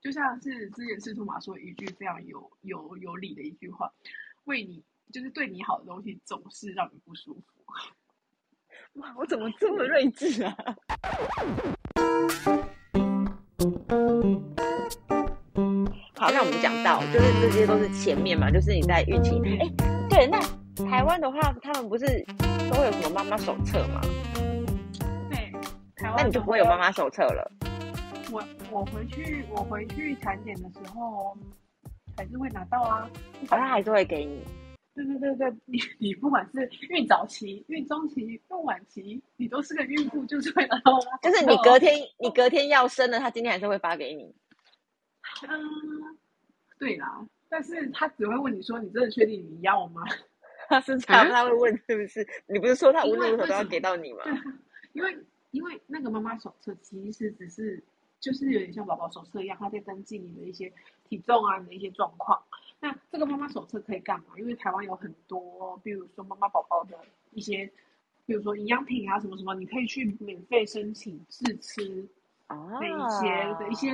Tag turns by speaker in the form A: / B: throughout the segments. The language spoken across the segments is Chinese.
A: 就像是之前司徒马说一句非常有有有理的一句话，为你就是对你好的东西总是让你不舒服。
B: 哇，我怎么这么睿智啊！ 好，那我们讲到，就是这些都是前面嘛，就是你在预期。哎、对，那台湾的话，他们不是都会有什么妈妈手册嘛？
A: 对，台湾
B: 那你就不会有
A: 的话
B: 妈妈手册了。
A: 我我回去我回去产检的时候，还是会拿到啊。
B: 好、像还是会给你。
A: 对对对对，你你不管是孕早期、孕中期、孕晚期，你都是个孕妇，就是会拿到啊。
B: 就是你隔天，你隔天要生了，他今天还是会发给你。
A: 嗯，对啦，但是他只会问你说：“你真的确定你要吗
B: 他是这
A: 啊
B: 样，他会问是不是？你不是说他无论如何都要给到你吗？？”
A: 啊因为因为那个妈妈手册其实只是就是有点像宝宝手册一样，它在登记你的一些体重啊，你的一些状况。那这个妈妈手册可以干嘛？因为台湾有很多，比如说妈妈宝宝的一些，比如说营养品啊什么什么，你可以去免费申请试吃。
B: 啊
A: 的一些的一
B: 哦
A: 些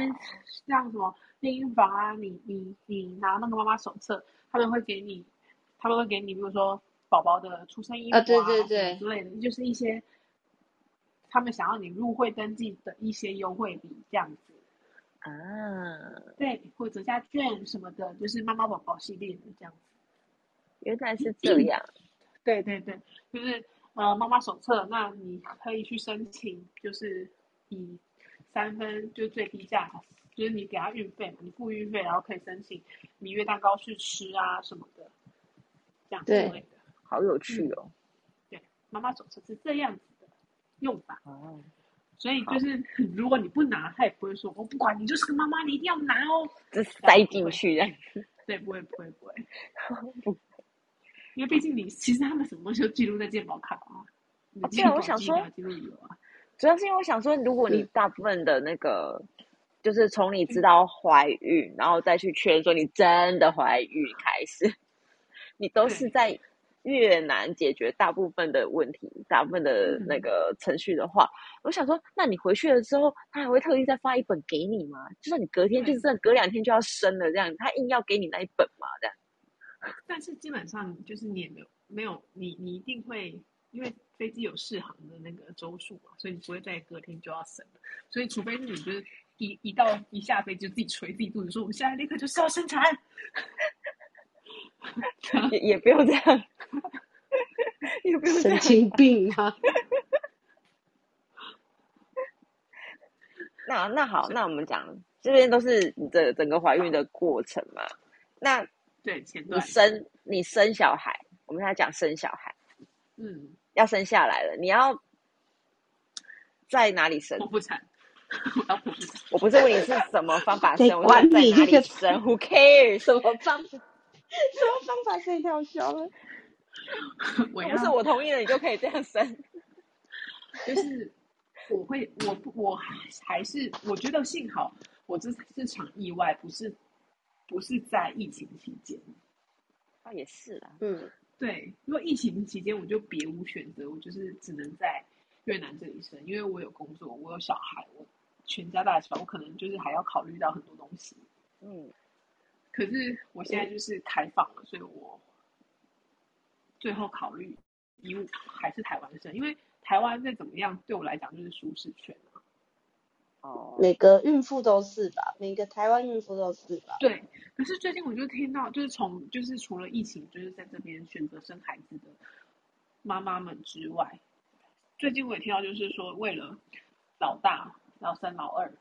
A: 像什么电音房啊，你你你拿那个妈妈手册，他们会给你，他们会给你，比如说宝宝的出生衣服啊，
C: 啊对对对
A: 什么之类的，就是一些他们想要你入会登记的一些优惠礼这样子，
B: 啊，
A: 对，或折价券什么的，就是妈妈宝宝系列的这样子。
B: 原来是这样。
A: 对对对，就是呃妈妈手册，那你可以去申请，就是以三分就是最低价，就是你给他运费嘛，你付运费，然后可以申请蜜月蛋糕去吃啊什么的，这样之
C: 对
A: 类的。
B: 好有趣哦！
A: 妈妈手册是这样子的用法，
B: 哦，
A: 所以就是 如果你不拿，他也不会说我、不管你就是个妈妈，你一定要拿哦。
B: 这塞进去 这样
A: 对，不会不会不会，
B: 不
A: 因为毕竟你其实他们什么东西都记录在健保卡啊。你
B: 哦对
A: 健
B: 啊
A: 保
B: 我想
A: 记
B: 说
A: 啊记录有啊，
B: 主要是嗯因为我想说，如果你大部分的那个，就是从你知道怀孕，然后再去确认说你真的怀孕开始，你都是在越南解决大部分的问题、大部分的那个程序的话，我想说，那你回去了之后，他还会特意再发一本给你吗？就算你隔天，
A: 对
B: 就是真的隔两天就要生了这样，他硬要给你那一本嘛？这样
A: 但是基本上就是你也没有没有你你一定会因为飞机有适航的那个周数嘛，所以你不会在隔天就要生，所以除非是你就是一一到一下飞机就自己捶自己肚子说我现在立刻就是要生产，
B: 也也不用这样， 也不用这
C: 神
B: 样。
C: 经病啊！
B: 那那好，那我们讲这边都是你的整个怀孕的过程嘛。那
A: 对前
B: 你
A: 段
B: 生你生小孩，我们现在讲生小孩，
A: 嗯
B: 要生下来了，你要在哪里生
A: 剖？腹产，我要剖腹产，
B: 我不是问你是什么方法生，
C: 得
B: 我是
C: 管 你
B: 在哪
C: 这个
B: 里生？Who cares？
C: 什么方法？
B: 什么方法可以吊销了？
A: 我要
B: 不是我同意了，你就可以这样生。
A: 就是我会，我不，我还是我觉得幸好我这这场意外不是不是在疫情期间，
B: 啊，也是啦。
C: 嗯，
A: 对，如果疫情期间我就别无选择，我就是只能在越南这里生，因为我有工作，我有小孩，我全家大小，我可能就是还要考虑到很多东西。
B: 嗯，
A: 可是我现在就是开放了，所以我最后考虑以我还是台湾生，因为台湾再怎么样对我来讲就是舒适圈。
B: 哦，
C: 每个孕妇都是吧，每个台湾孕妇都是吧。
A: 对，可是最近我就听到，就是从就是除了疫情，就是在这边选择生孩子的妈妈们之外，最近我也听到，就是说为了老大要生老二，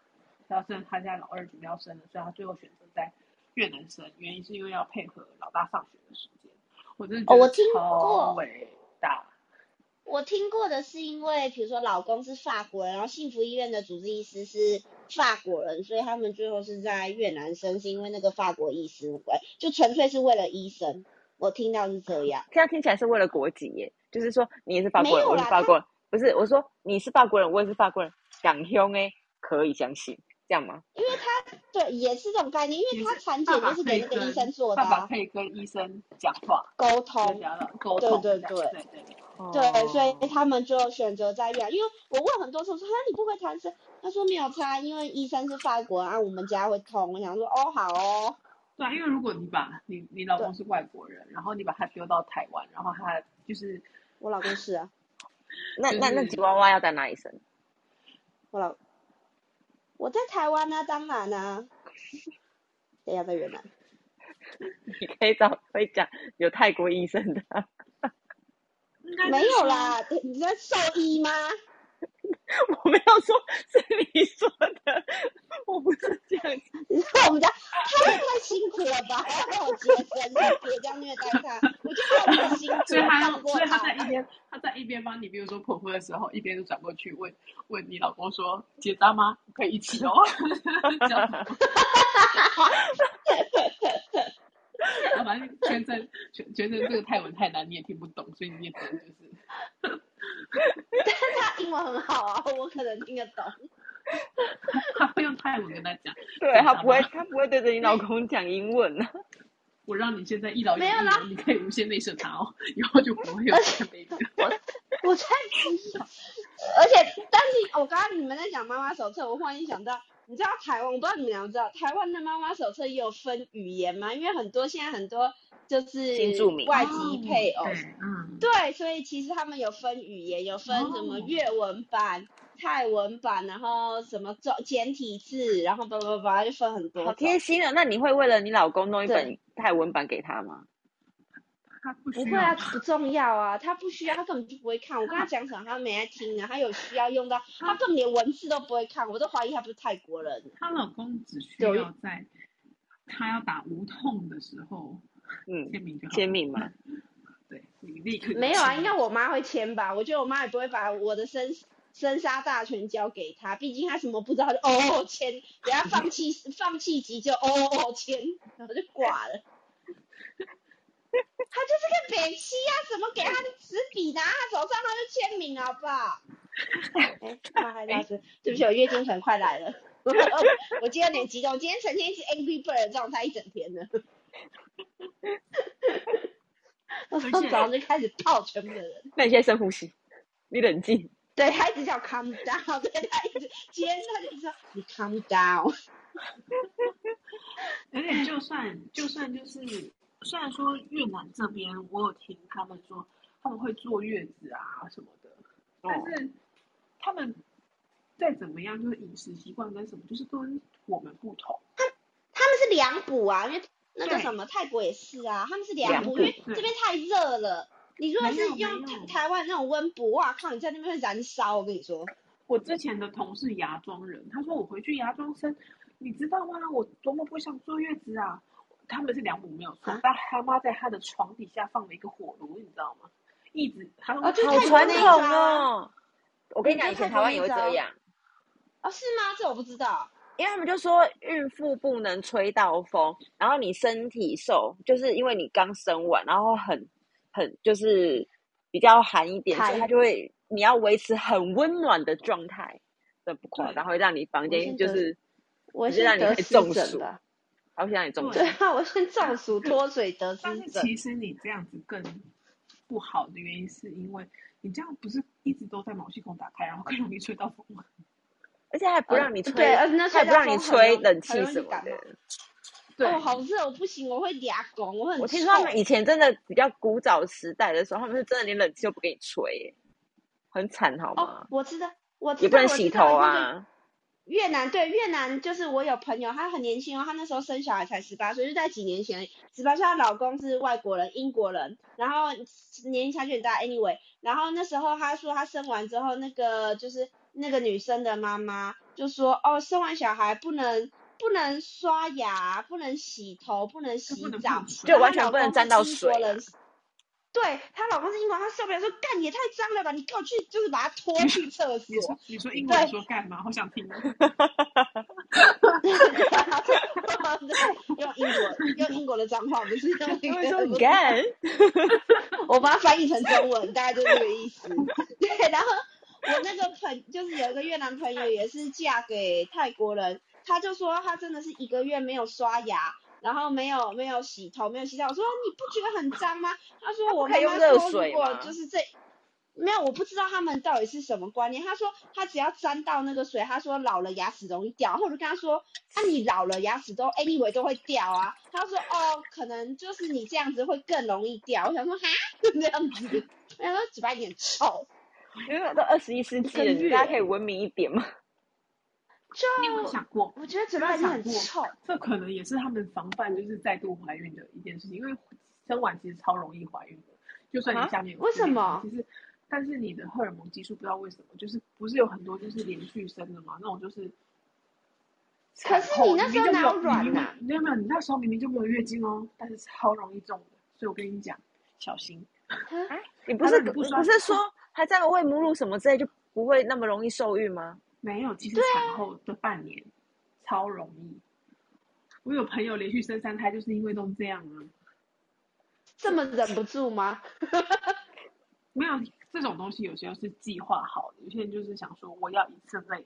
A: 要生他家老二准备要生了，所以他最后选择在越南生，原因是因为要配合老大上学的时间。我真的觉
C: 哦
A: 得
C: 我听
A: 超
C: 过
A: 伟大，
C: 我听过的是因为，比如说老公是法国人，然后幸福医院的主治医师是法国人，所以他们最后是在越南生，是因为那个法国医师无关，就纯粹是为了医生。我听到是这样，
B: 这样听起来是为了国籍耶，就是说你也是法国
C: 没
B: 人，
C: 有
B: 我
C: 啦
B: 是法国人，不是我说你是法国人，我也是法国人，港兄哎，可以相信这样吗？
C: 因为他对也是这种概念，因为
A: 也
C: 他
A: 是
C: 产
A: 爸
C: 检
A: 爸
C: 就是给那
A: 可以
C: 个医
A: 跟
C: 生做的
A: 爸爸
C: 啊、
A: 可以跟医生讲话，
C: 沟
A: 就
C: 通
A: 是。要沟通这
C: 对
A: 样，
C: 对
A: 对对对。
B: 哦
C: 对，所以他们就选择在越南。因为我问很多次，我说：“那、你不会弹声？”他说没有差，因为医生是法国人，啊，我们家会痛。我想说，哦，好哦，
A: 对啊，因为如果你把你你老公是外国人，然后你把他丢到台湾，然后他就是
C: 我老公是啊，
B: 那那那
A: 就是
B: 吉娃娃要在哪里生？
C: 我老我在台湾啊，当然啊，对呀，在越南。
B: 你可以找会讲有泰国医生的，
A: 应该是
C: 没有
A: 说，
C: 啦，你在兽医吗？
B: 我没有说是你说的，我不是这样子。
C: 你说我们家他也太辛苦了吧，还要让我接生，别这样虐待他，我就觉得很辛苦，
A: 所以他
C: 放
A: 要，
C: 不过
A: 所以他在
C: 他。
A: 一边他在一边帮你，比如说婆婆的时候，一边就转过去问问你老公说结扎吗？可以一起哦， 这样子。啊 反正全程全全程这个泰文太难，你也听不懂，所以你也只能就是
C: 他英文很好啊，我可能听得懂。
A: 他会用泰文跟他讲，
B: 对他不会，他不会对着你老公讲英文啊 呢、
A: 我让你现在一劳永
C: 没有啦
A: 逸，你可以无限内射他哦，以后就不会有这个 baby 了。
C: 我在职场，而且但是我刚刚你们在讲妈妈手册，我忽然间想到，你知道台湾，我不知道你们俩知道，台湾的妈妈手册也有分语言吗？因为很多现在很多就是
B: 新住民
C: 外籍配哦偶，
A: 哦对，嗯，
C: 对，所以其实他们有分语言，有分什么
A: 哦
C: 粤文版、泰文版，然后什么中简体字，然后叭叭叭就分很多
B: 好
C: 种。
B: 贴心啊！那你会为了你老公弄一本泰文版给他吗？
A: 他不需
C: 不会
A: 要
C: 啊，不重要啊，他不需要，他根本就不会看。我跟他讲什么，他没在听啊。他有需要用到，他根本连文字都不会看，我都怀疑他不是泰国人。
A: 她老公只需
C: 对
A: 要在她要打无痛的时候
B: 嗯，
A: 签名就好，
B: 签名嘛。
A: 对你立刻就
C: 没有啊，
A: 签
C: 应该我妈会签吧？我觉得我妈也不会把我的生生杀大权交给他，毕竟他什么不知道就 哦哦签，等下放弃放弃急救哦哦签，然后就挂了。他就是个北七啊，怎么给他的纸笔拿他手上，他就签名了好不好？哎、 妈还大声，对不起，我月经很快来了。我今天有点激动，今天呈现一直 angry bird 的状态一整天了。我从早上就开始泡全部的人。
B: 那你现在深呼吸，你冷静。
C: 对他一直叫我 calm down，对他一直今天他就一直说你 calm down，
A: 而且就算就算就是，虽然说越南这边我有听他们说他们会坐月子啊什么的，
B: 哦，
A: 但是他们再怎么样，就是饮食习惯跟什么，就是跟我们不同。
C: 他们是两补啊，因为那个
A: 对
C: 什么泰国也是啊，他们是
B: 两
C: 两
B: 补
C: 补，因为
A: 对
C: 这边太热了。你如果
A: 没
C: 是
A: 有
C: 用
A: 没
C: 台
A: 有
C: 台湾那种温补，哇靠，你在那边会燃烧，我跟你说。
A: 我之前的同事芽庄人，他说我回去芽庄生，你知道吗？我多么不想坐月子啊！他们是两母没有错
C: 啊，
A: 但他妈在他的床底下放了一个火炉，你知道吗？一直他说
C: 哦这
A: 他
B: 好
C: 泰国
B: 传
C: 那一
B: 统
C: 招
B: 哦！我跟你讲，以前台湾也会这样，
C: 哦，是吗？这我不知道。
B: 因为他们就说孕妇不能吹到风，然后你身体瘦，就是因为你刚生完，然后很很就是比较寒一点，
C: 寒
B: 所以它就会你要维持很温暖的状态，这不夸
A: 对
B: 张，会让你房间就
C: 我现
B: 是
C: 我
B: 直接让
C: 先
B: 你
C: 得
B: 被
C: 湿
B: 中
C: 疹
B: 暑
C: 吧。
B: 它会让你中暑
C: 对。啊，我先中暑脱水得湿
A: 但是
C: 疹。
A: 其实你这样子更不好的原因，是因为你这样不是一直都在毛细孔打开，然后更容易吹到风吗？
B: 而且还不让你
C: 呃
B: 吹，
C: 对，而且那
B: 还不
C: 睡觉
B: 让你
C: 风很
B: 吹
C: 容易
B: 冷
C: 很
B: 气
C: 容易
B: 什么
C: 感冒
B: 的。
C: 哦，好热，我不行，我会俩拱，我很
B: 我听说他们
C: 臭
B: 以前真的比较古早时代的时候，他们是真的连冷气都不给你吹耶，很惨好
C: 哦
B: 吗？，
C: 我知道，我知道，
B: 也不能
C: 我
B: 洗
C: 知道
B: 头
C: 那个
B: 啊。
C: 越南对越南，就是我有朋友，她很年轻哦，她那时候生小孩才十八岁，就在几年前，十八岁，她老公是外国人，英国人，然后年龄差距很大，anyway，然后那时候她说她生完之后，那个就是那个女生的妈妈就说，哦，生完小孩不能不能刷牙，不能洗头，不能洗
A: 就不能
C: 澡
A: 碰，水
B: 就
C: 然后
B: 完
C: 她
B: 全
C: 老
B: 不能
C: 公
B: 沾
C: 是
B: 到
C: 英
B: 水
C: 国
B: 啊
C: 人对她老公是英国人，她受不了说干也太脏了吧，你给我去就是把她拖去厕
A: 你
C: 所
A: 说，你说英
C: 对
A: 文说干嘛？好想听哦。
C: 对，用英国用英国的脏话，不是用
B: 他
C: 英
B: 们说
C: 国的
B: 干，
C: 我把它翻译成中文，大概就是这个意思。 对，然后我那个朋就是有一个越南朋友，也是嫁给泰国人，他就说他真的是一个月没有刷牙，然后没有没有洗头，没有洗澡。我说你不觉得很脏吗？他说我
B: 可
C: 妈
B: 以用
C: 妈
B: 热
C: 说，
B: 水
C: 如果
B: 吗
C: 就是这没有，我不知道他们到底是什么观念。他说他只要沾到那个水，他说老了牙齿容易掉。然后我就跟他说，那、你老了牙齿都 anyway 都会掉啊。他说哦，可能就是你这样子会更容易掉。我想说哈， 这样子，我想说嘴巴有点臭，
B: 因为都二十一世纪了，
C: 跟
B: 你大家可
C: 月
B: 以文明一点 嘛。
A: 你有没有
C: 就
A: 想过，
C: 我觉得嘴
A: 有没有
C: 巴已经很
A: 想过
C: 臭。
A: 这可能也是他们防范就是再度怀孕的一件事情，因为生完其实超容易怀孕的，就算
B: 啊
A: 你下面有
C: 为什么
A: 其实但是你的荷尔蒙激素不知道为什么，就是不是有很多就是连续生的嘛，那种就是
C: 可
A: 产
C: 是
A: 后。
C: 你那时候哪有
A: 明
C: 软啊
A: 明就没有
C: 呐、
A: 你明明没有没有，你那时候明明就没有月经哦，但是超容易中的，所以我跟你讲，小心。
B: 你不是
A: 他们不
B: 你
A: 说
B: 不是说还在喂母乳什么之类就不会那么容易受孕吗？
A: 没有，其实
C: 啊
A: 产后的半年、超容易。我有朋友连续生三胎，就是因为都这样啊。
C: 这么忍不住吗？
A: 没有这种东西，有时候是计划好的，有些人就是想说我要一次累，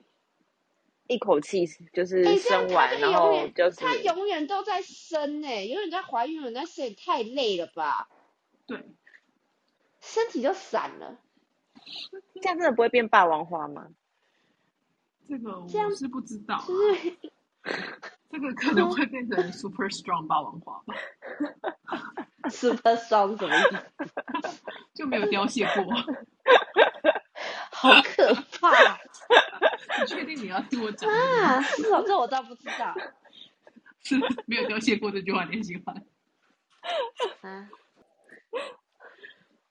B: 一口气就是
C: 哎、这样
B: 生
C: 他
B: 完，
C: 就
B: 然
C: 永
B: 后
C: 远
B: 就是
C: 他永远都在生哎、永远在怀孕，永远在生，也太累了吧，
A: 对，
C: 身体就散了。
B: 这样真的不会变霸王花吗？
A: 这个
C: 这样
A: 我是不知道、啊，
C: 就是
A: 这个可能会变成 super strong 霸王花吧，
C: super strong 什么意思？
A: 就没有凋谢过。
C: 好可怕
A: 你确定你要听我讲吗？
C: 啊！是哦，这我倒不知道
A: 是没有凋谢过这句话，你很喜 欢？
C: 啊，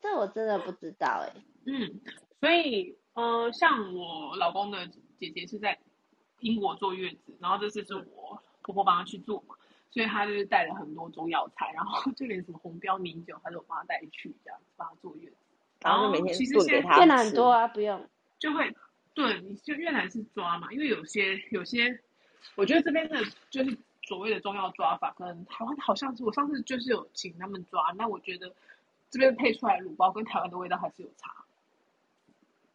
C: 这我真的不知道哎、
A: 嗯，所以呃，像我老公的姐姐是在英国坐月子，然后这次是我婆婆帮她去做嘛，所以她就是带了很多中药材，然后 就连什么红标米酒，她都帮她带去，这样子帮她坐月子。
B: 然后就
A: 哦
B: 每天
A: 其实
B: 炖
A: 现在
B: 给他吃。
C: 越南很多啊，不用。
A: 就会对，你就越南是抓嘛，因为有些有些，我觉得这边的就是所谓的中药抓法，跟台湾好像是我上次就是有请他们抓，那我觉得这边配出来的卤包跟台湾的味道还是有差，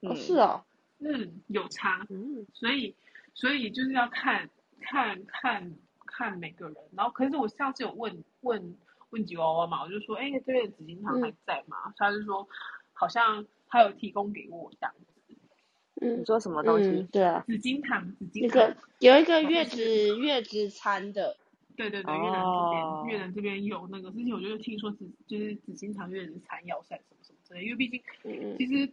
B: 嗯
C: 哦，
B: 啊
C: 是哦，
A: 嗯，有差，
C: 嗯，
A: 所以所以就是要看看看看每个人，然后可是我上次有问问问吉娃娃嘛，我就说，哎、这边的紫金
C: 嗯
A: 堂还在吗？他就说好像他有提供给我这样子，
B: 你
C: 嗯
B: 说什么东西？
C: 嗯，对啊，
A: 紫金堂，紫金
C: 那
A: 堂。
C: 个有一个月子月子餐的，
A: 对对对，越南这边、
B: 哦
A: 越南这边有那个之前，我就是听说紫就是紫金堂月子餐药膳什么什么之类，因为毕竟
C: 嗯嗯
A: 其实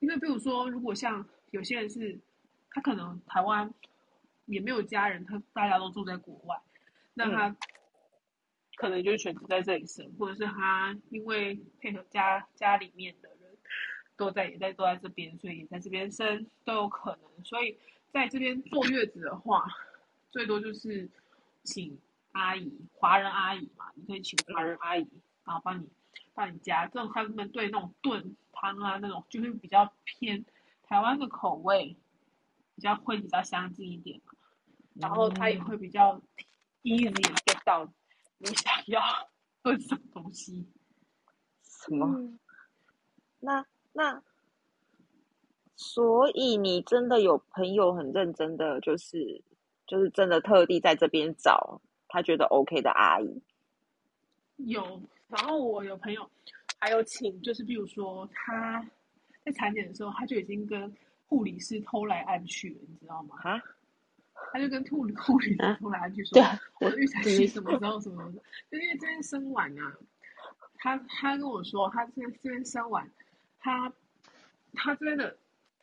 A: 因为比如说，如果像有些人是他可能台湾也没有家人，他大家都住在国外，那他、可能就选择在这里生，或者是他因为配合家家里面的人都在也在都在这边，所以也在这边生都有可能。所以在这边坐月子的话，最多就是请阿姨，华人阿姨嘛，你可以请华人阿姨，然后帮你帮你夹。这种他们对那种炖汤啊那种，就是比较偏台湾的口味，比较会比较相近一点嘛。然后他也会比较 easy get 到你想要炖什么东西。
B: 什么？
C: 嗯
B: 那那，所以你真的有朋友很认真的，就是就是真的特地在这边找他觉得 OK 的阿姨。
A: 有，然后我有朋友还有请，就是比如说他在产检的时候，他就已经跟护理师偷来暗去了，你知道吗？
B: 啊，
A: 他就跟护理护理师偷来暗去说，
C: 对啊，
A: 我的预产
C: 对
A: 期什么时候什么时候，就因为这边生完啊，他他跟我说，他这边这边生完，他他这边的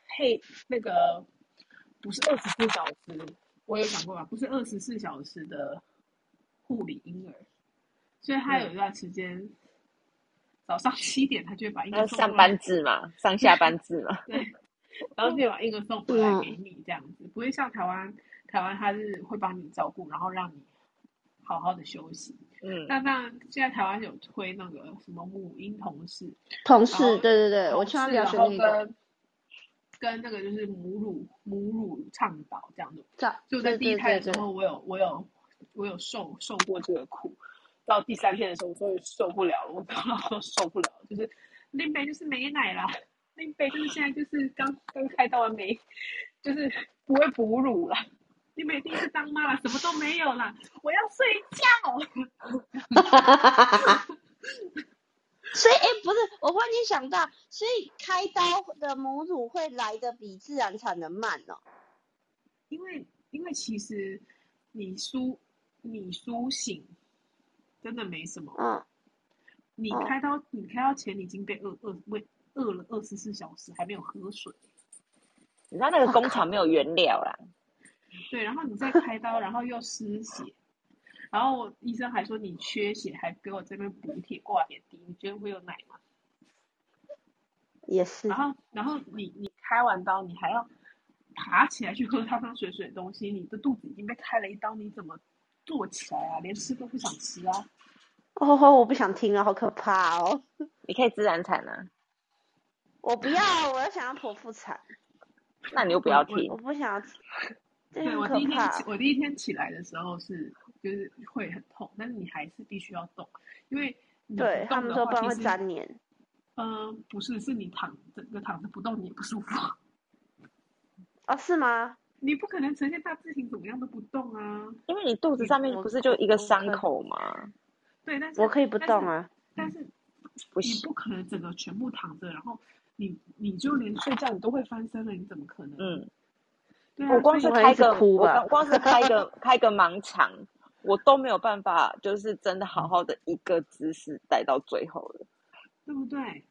A: 配那个不是二十四小时，我有讲过吧？不是二十四小时的护理婴儿，所以他
B: 嗯
A: 有一段时间早上七点，他就会把婴
B: 那
A: 儿送
B: 呃上
A: 过来
B: 班制嘛，上下班制嘛。
A: 对，然后就把婴儿送回
B: 嗯
A: 来给你这样子，不会像台湾台湾他是会帮你照顾，然后让你好好的休息。
B: 嗯，
A: 那当然，现在台湾有推那个什么母婴同事，
C: 同
A: 然后
C: 事，对对对，我去啊
A: 同
C: 他
A: 事
C: 聊
A: 然
C: 学
A: 后
C: 那个，
A: 跟跟那个就是母乳母乳倡导这样子。
C: 照
A: 所以我在
C: 对
A: 第一
C: 对
A: 胎
C: 对
A: 的时
C: 对，
A: 候，我有我有我有受受过这个苦，到第三天的时候，我终于受不了了，我刚刚都受不了了，就是林北就是没奶啦，林北就是现在就是刚刚开刀完没，就是不会哺乳啦。林北第一次当妈啦，什么都没有啦，我要睡觉。
C: 所以哎、不是，我忽然间想到，所以开刀的母乳会来的比自然产的慢哦。
A: 因为因为其实你苏你苏醒真的没什么，
C: 嗯，
A: 你
C: 哦
A: 开刀你开刀前你已经被饿饿喂饿了二十四小时，还没有喝水。
B: 你知道那个工 厂没有原料啦，
A: 对，然后你再开刀，然后又失血，然后我医生还说你缺血，还给我这边补铁挂点滴，你觉得会有奶吗？
C: 也是
A: 然后，然后你你开完刀，你还要爬起来去喝汤汤水水的东西，你的肚子已经被开了一刀，你怎么坐起来啊？连吃都不想吃啊！
C: 哦吼，我不想听了，好可怕哦！
B: 你可以自然产啊，
C: 我不要，我要想要剖腹产，
B: 那你又不要听
C: 我，不想要，这
A: 对
C: 很
A: 我
C: 可
A: 第一天
C: 怕
A: 起，。我第一天起来的时候是就是会很痛，但是你还是必须要动，因为你不
C: 对他
A: 动
C: 们
A: 的
C: 说
A: 话
C: 不然
A: 其
C: 会
A: 实
C: 粘黏。
A: 嗯、不是，是你躺整个躺着不动，你也不舒服。
C: 哦，是吗？
A: 你不可能呈现大字型怎么样都不动啊。
B: 因为你肚子上面
C: 我
B: 不是就一个
C: 我
B: 伤
C: 可
B: 口吗？
A: 对，但是
C: 我可以不动啊。
A: 但是，
B: 不
A: 但是你
B: 行，
A: 不可能整个全部躺着，然后你你就连睡觉你都会翻身了，你怎么可能？
B: 嗯，
A: 对啊，
B: 我光
A: 所
B: 是
A: 以
C: 会
B: 开
C: 一直
B: 个，
C: 哭
B: 我
C: 吧
B: 光光是开 个开个盲肠，我都没有办法，就是真的好好的一个姿势待到最后了。
A: 对不对？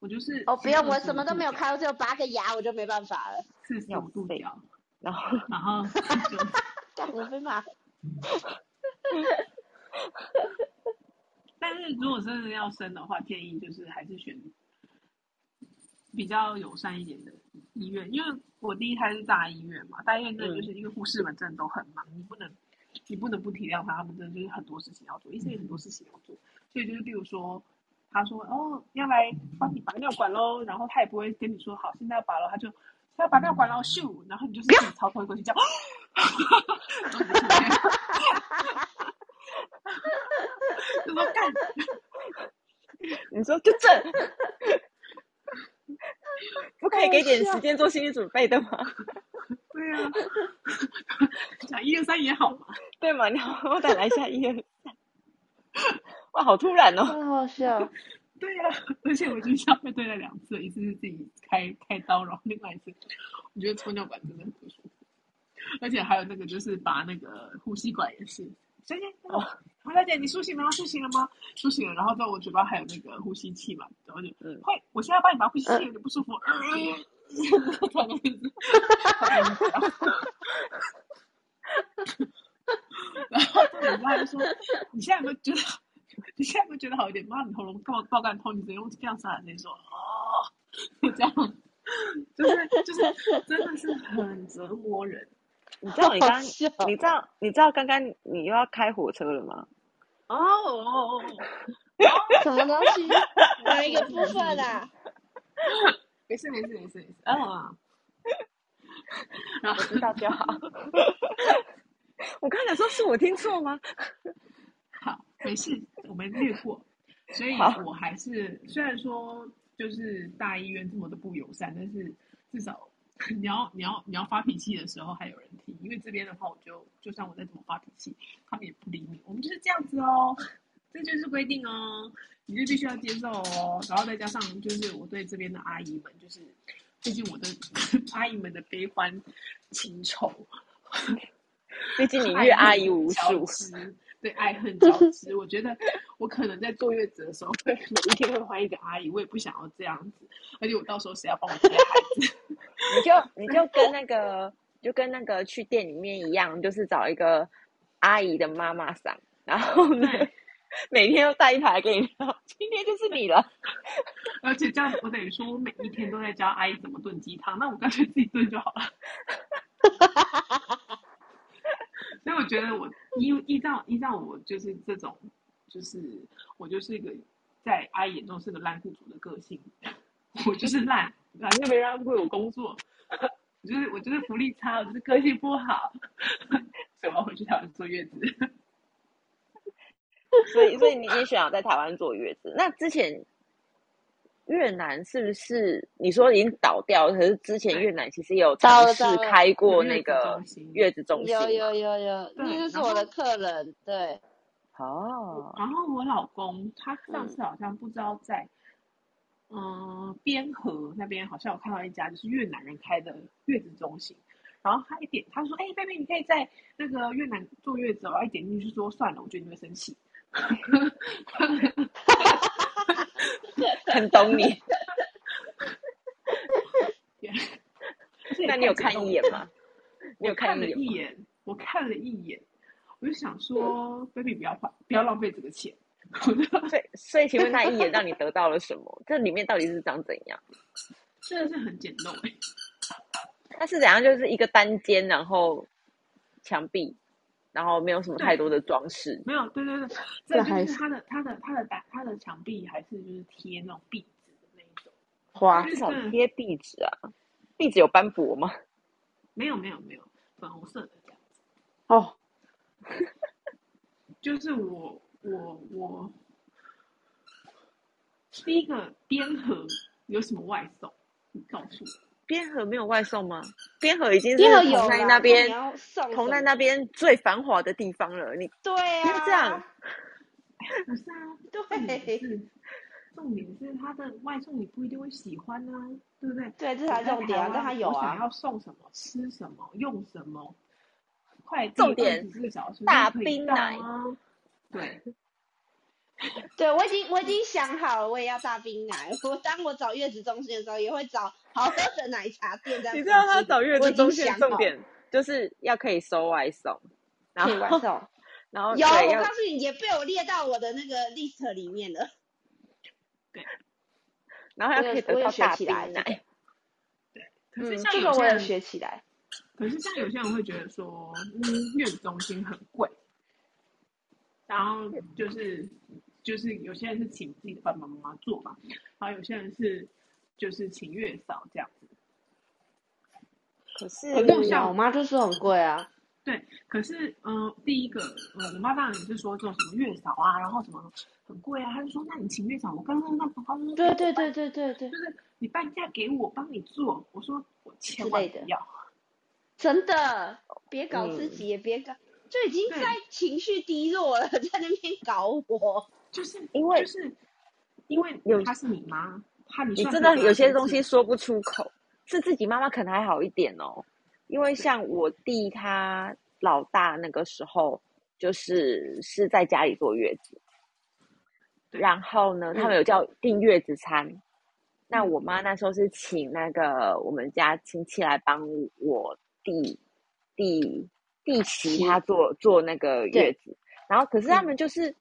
A: 我就是
C: 哦，不用，我
A: 45
C: 什么都没有
A: 度
C: 开，我只有拔个牙，我就没办法了。
A: 角，四十五度角，
B: 然 后
A: 然后 就
C: 干，我 被骂。
A: 但是如果真的要生的话，建议就是还是选比较友善一点的医院，因为我第一胎是大医院嘛，大医院真的就是因为护士们真的都很忙，你不能你不能不体谅他，他们真的就是很多事情要做，医生也很多事情要做，所以就是比如说。他说：“哦，要来帮你拔尿管喽。”然后他也不会跟你说“好，现在要拔了”，他就“现在拔尿管喽，咻！”然后你就是自己操控过去 这样，就说干
B: 你说就这，不可以给点
C: 好笑
B: 时间做心理准备的吗？
A: 对啊，讲一二三也好嘛。
B: 对嘛？然后再来一下一二三， 哇，好突然 哦！
C: 真的好笑。
A: 对呀、而且我就像被对待两次，一次是自己开开刀，然后另外一次，我觉得抽尿管真的很不舒服，而且还有那个就是拔那个呼吸管也是，小姐，那个黄小姐，你苏醒了吗？苏醒了吗？苏醒了，然后在我嘴巴还有那个呼吸器嘛，然后就
B: 嗯
A: 快，我现在帮你拔呼吸器，有点不舒服，呃 然后突然间就是然后重点是他就说：“你现在有没有觉得？ 你现在有没有觉得好一点？妈，你喉咙爆爆干痛，你直接用这样撒先说哦， 就这样，就是就是真的是很折磨人。
B: 你知道你刚
C: 好笑
B: 你知道你知道刚刚你又要开火车了吗？
A: 哦哦哦，
C: 什么东西？哪一个部分啊？
A: 没事没事没事没事，
B: 哦啊
A: 嗯。然后
B: 知道就好。 我刚才说是我听错吗？
A: 好，没事，我们略过。所以
B: 好
A: 我还是虽然说就是大医院这么的不友善，但是至少 你要你要你要发脾气的时候还有人听，因为这边的话，我就就算我再怎么发脾气，他们也不理你。我们就是这样子哦，这就是规定哦，你就必须要接受哦。然后再加上就是我对这边的阿姨们，就是毕竟我的 阿姨们的悲欢情仇，
B: 毕竟你
A: 爱
B: 阅
A: 恨
B: 阿姨无
A: 交
B: 数，
A: 织，对，爱恨 交织。我觉得我可能在坐月子的时候会有一天会换一个阿姨，我也不想要这样子。而且我到时候谁要帮我接孩子？
B: 你就你 就跟那个就跟那个去店里面一样，就是找一个阿姨的妈妈桑，然后呢，每 天都带一台给你，今天就是你了。
A: 而且这样我等于说我每一天都在教阿姨怎么炖鸡汤，那我干脆自己炖就好了。 所以我觉得我依依照依照我就是这种，就是我就是一个在阿姨眼中是个烂雇主的个性，我就是烂，反正没让为我工作， 我就是我就是福利差，我就是个性不好， 所以我要回去台湾坐月子。
B: 所以，所以你你选要在台湾坐月子？那之前越南是不是你说已经倒掉了？可是之前越南其实也有尝
C: 倒了
B: 试
C: 倒了
B: 开过
A: 有
B: 那
A: 月子
B: 个
A: 中心
B: 月子中心嘛，
C: 有有有有，
A: 对
C: 那就是
A: 然后
C: 我的客人，对，
B: 哦，
A: 然后我老公他上次好像不知道在嗯，边河那边好像有看到一家就是越南人开的月子中心，然后他一点他说：“哎、妹妹，你可以在那个越南坐月子哦。”然后一点进去说：“算了，我觉得你会生气。
B: 很懂你。
A: 这也
B: 那
A: 太
B: 你有
A: 激
B: 看
A: 动
B: 一
A: 了
B: 眼吗？你有
A: 我看
B: 一
A: 了
B: 眼
A: 一
B: 吗？
A: 眼，我看了一眼，我就想说，baby 不要花，不要浪费这个钱。
B: 所以，所以请问那一眼让你得到了什么？这里面到底是长怎样？
A: 真的是很简陋哎、
B: 它是怎样？就是一个单间，然后墙壁，然后没有什么
A: 对
B: 太多的装饰。
A: 没有，对对对，
C: 这
A: 这
C: 还
A: 就是是它的它的它的打它的墙壁还是就是贴那种壁纸的那一种，
C: 花
B: 至少贴壁纸啊，壁纸有斑驳吗？
A: 没有没有没有粉红色的这样。
C: 哦，
A: 就是我我我第一个边河有什么外送？你告诉我，
B: 边河没有外送吗？边河已经是
C: 第二有
B: 同奈
C: 啦
B: 那
C: 看你
B: 边，
C: 要送什
B: 同奈
C: 么
B: 那边最繁华的地方了。你
C: 对啊，
B: 不要这样
A: 不是啊，重点
C: 对
A: 是 重点是它的外送你不一定会喜欢啊，对不对？
C: 对，这
A: 我
C: 才
A: 在
C: 重点啊
A: 台，
C: 但
A: 湾
C: 他有
A: 我想
C: 啊，
A: 要送什么、吃什么、用什么，快递
B: 重点
A: 24个小时都
B: 大
A: 可以
B: 冰
A: 到
B: 奶
A: 啊。对，
C: 对我已经我已经想好了，我也要大冰奶。我当我找月子中心的时候，也会找好喝的奶茶店这样。
B: 你知道他找月
C: 我
B: 子
C: 已经
B: 中心的
C: 想
B: 重
C: 好
B: 点就是要可以收外送，然
C: 可以外
B: 后
C: 送，
B: 然后
C: 有
B: 哦对
C: 我
B: 要
C: 告诉你，也被我列到我的那个 list 里面了。
B: 然后
C: 我
B: 要
C: 有
B: 可以
C: 我
B: 得
C: 有
B: 到
C: 学
B: 大
C: 起
B: 冰
C: 来这
B: 奶，
A: 可是
C: 嗯，
A: 像
C: 这
A: 有
C: 个
A: 些
C: 我有
A: 人，
C: 学起来。
A: 可是像有些人会觉得说，嗯，月子中心很贵，然后就是就是有些人是请自己的爸爸妈妈做嘛，然后有些人是就是请月嫂这样子。
B: 可是
A: 可是我像
C: 我妈就说很贵啊。
A: 对，可是嗯、呃第一个，呃，我妈当然也是说这种什么月嫂啊，然后什么很贵啊，她就说那你请月嫂，我刚刚那爸爸说
C: 对对对对对对
A: 就，是你半价给我，帮你做。我说我千
C: 之
A: 万
C: 类的
A: 不要，
C: 真的，别搞自
B: 嗯
C: 己，也别搞，就已经
A: 对
C: 在情绪低落了，在那边搞我。
A: 就是
B: 因为
A: 就是因为
B: 有
A: 她是你妈，她你
B: 你
A: 算
B: 真
A: 是
B: 的
A: 跟她
B: 有些
A: 生
B: 东
A: 气
B: 西说不出口，是自己妈妈可能还好一点哦，因为像我弟他老大那个时候，就是是在家里坐月子，
A: 对
B: 然后呢，他们
C: 嗯
B: 有叫订月子餐。那
A: 嗯
B: 我妈那时候是请那个我们家亲戚来帮我弟弟弟媳
C: 媳
B: 他做做那个
C: 对
B: 月子，然后可是他
C: 嗯
B: 们就是、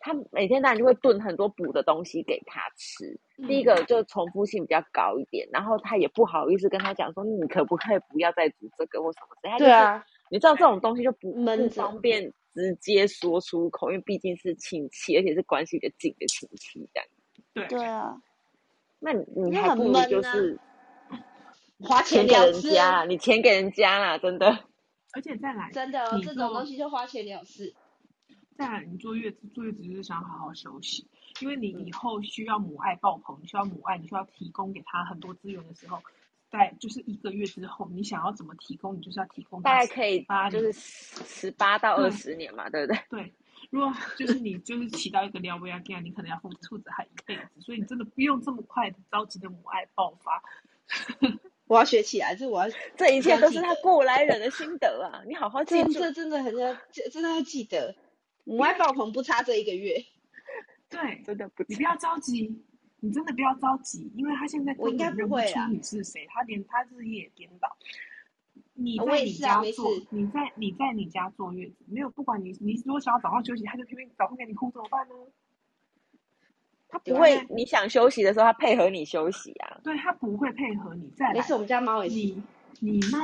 B: 他每天当然就会炖很多补的东西给他吃，第一
C: 嗯，
B: 个就重复性比较高一点，然后他也不好意思跟他讲说你可不可以不要再煮这个或什么之类，他就
C: 对
B: 是、
C: 啊，
B: 你知道这种东西就不
C: 闷
B: 不
C: 着
B: 方便直接说出口，因为毕竟是亲戚，而且是关系比较近的亲戚这样。
A: 对
C: 对啊，
B: 那你你
C: 那
B: 还
C: 很
B: 不如
C: 闷
B: 就
C: 啊
B: 是
C: 花
B: 钱
C: 钱
B: 给
C: 了
B: 人
C: 事，
B: 家啦，你钱给人家啦，真的。
A: 而且再来
C: 真的，
A: 你
C: 这种
A: 做
C: 东西就花钱了事。
A: 再来，你坐月子，坐月子就是想好好休息，因为你
B: 嗯
A: 以后需要母爱爆棚，你需要母爱，你需要提供给他很多资源的时候，在就是一个月之后，你想要怎么提供，你就是要提供
B: 大
A: 他
B: 概可以
A: 八
B: 就
A: 年
B: 是。十八到
A: 对
B: 二十年嘛，对不对？
A: 对，如果就是你就是起到一个撩妹啊，你可能要付出着他一辈子，所以你真的不用这么快的着急的母爱爆发。
C: 我要学起来，这我要
B: 这一切
C: 要
B: 都
C: 记
B: 是
C: 得
B: 他过来人的心得啊，你好好记
C: 这
B: 住。
C: 这真的很要，这真的要记得。母爱爆棚不差这一个月，
A: 对，
B: 真的不
A: 你不要着急，你真的不要着急，因为他现在
C: 我应
A: 根
C: 该
A: 本
C: 不
A: 认不
C: 会
A: 出
C: 啦
A: 你是谁，他连他日夜也颠倒。你
C: 我
A: 在
C: 也
A: 你
C: 是啊
A: 家
C: 没
A: 坐
C: 事，
A: 你在你在你家坐月子，没有不管你你如果想要早上休息，他就偏偏早上给你哭，怎么办呢？
B: 他不
C: 对啊
B: 会，你想休息的时候，他配合你休息啊。
A: 对他不会配合你。再
C: 没
A: 来
C: 事，，我们家猫也是。
A: 你你妈，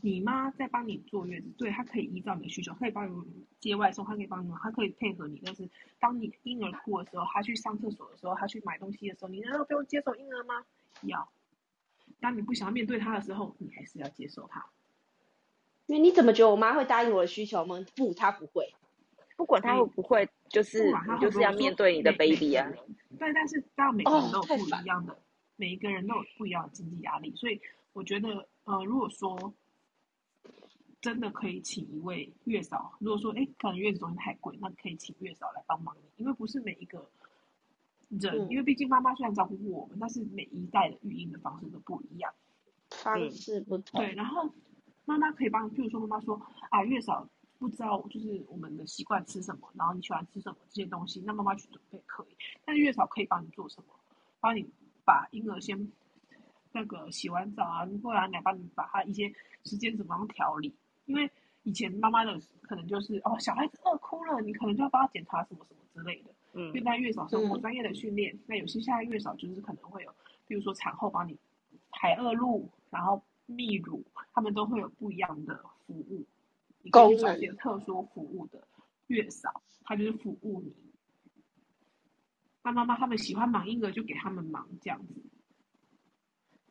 A: 你妈在帮你坐月子，对，她可以依照你的需求，可以帮你接外送，她可以帮你，她可以配合你。但是当你婴儿哭的时候，她去上厕所的时候，她去买东西的时候，你难道不用接受婴儿吗？要。当你不想要面对他的时候，你还是要接受他。
C: 因为你怎么觉得我妈会答应我的需求吗？不，她不会。
B: 不管他
A: 你
B: 会不会，就是
A: 嗯不管他
B: 你
A: 会
B: 就
A: 不
B: 是
A: 会，
B: 要
A: 我说
B: 面对你的
A: 每每
B: baby
A: 个
B: 啊。
A: 人，对，但是当然每个人
C: 哦
A: 都有
C: 太
A: 不
C: 烦
A: 一样的，每一个人都有不一样的经济压力，所以我觉得，呃，如果说真的可以请一位月嫂，如果说哎，诶可能月子中心太贵，那可以请月嫂来帮忙你，因为不是每一个人，
C: 嗯
A: 因为毕竟妈妈虽然照顾我们，但是每一代的育婴的方式都不一样。
C: 方
B: 嗯
C: 式不同，
A: 对，然后妈妈可以帮，譬如说妈妈说啊，月嫂不知道就是我们的习惯吃什么，然后你喜欢吃什么这些东西，那妈妈去准备可以，但是月嫂可以帮你做什么？帮你把婴儿先那个洗完澡啊，或者来帮你把他一些时间怎么样调理，因为以前妈妈的可能就是哦，小孩子饿哭了，你可能就要帮他检查什么什么之类的。
B: 嗯
A: 因为在月嫂生活
C: 嗯
A: 专业的训练，那有些现在月嫂就是可能会有，比如说产后帮你排恶露，然后泌乳，他们都会有不一样的服务。你可以去
C: 功
A: 找
C: 能
A: 一些特殊服务的月嫂，她就是服务你。那妈妈他们喜欢忙婴儿，就给他们忙这样子。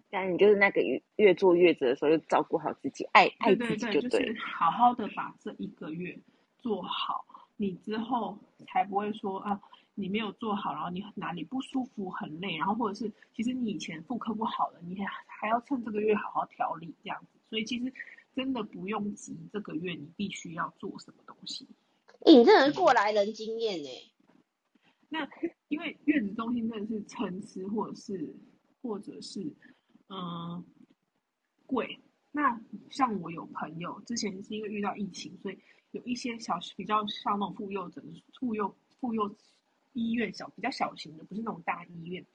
B: 但你就是那个月越坐月子的时候，就照顾好自己，爱爱
A: 对对
B: 自己
A: 对，
B: 就
A: 就
B: 对
A: 是好好的把这一个月做好，你之后才不会说啊，你没有做好，然后你哪里不舒服、很累，然后或者是其实你以前妇科不好了，你还还要趁这个月好好调理这样子。所以其实真的不用急，这个月你必须要做什么东西。
C: 诶你真的是过来人经验呢、
A: 那因为月子中心真的是参差，或者是或者是嗯、呃贵。那像我有朋友之前是因为遇到疫情，所以有一些小比较像那种妇幼诊、妇幼妇幼医院小比较小型的，不是那种大医院，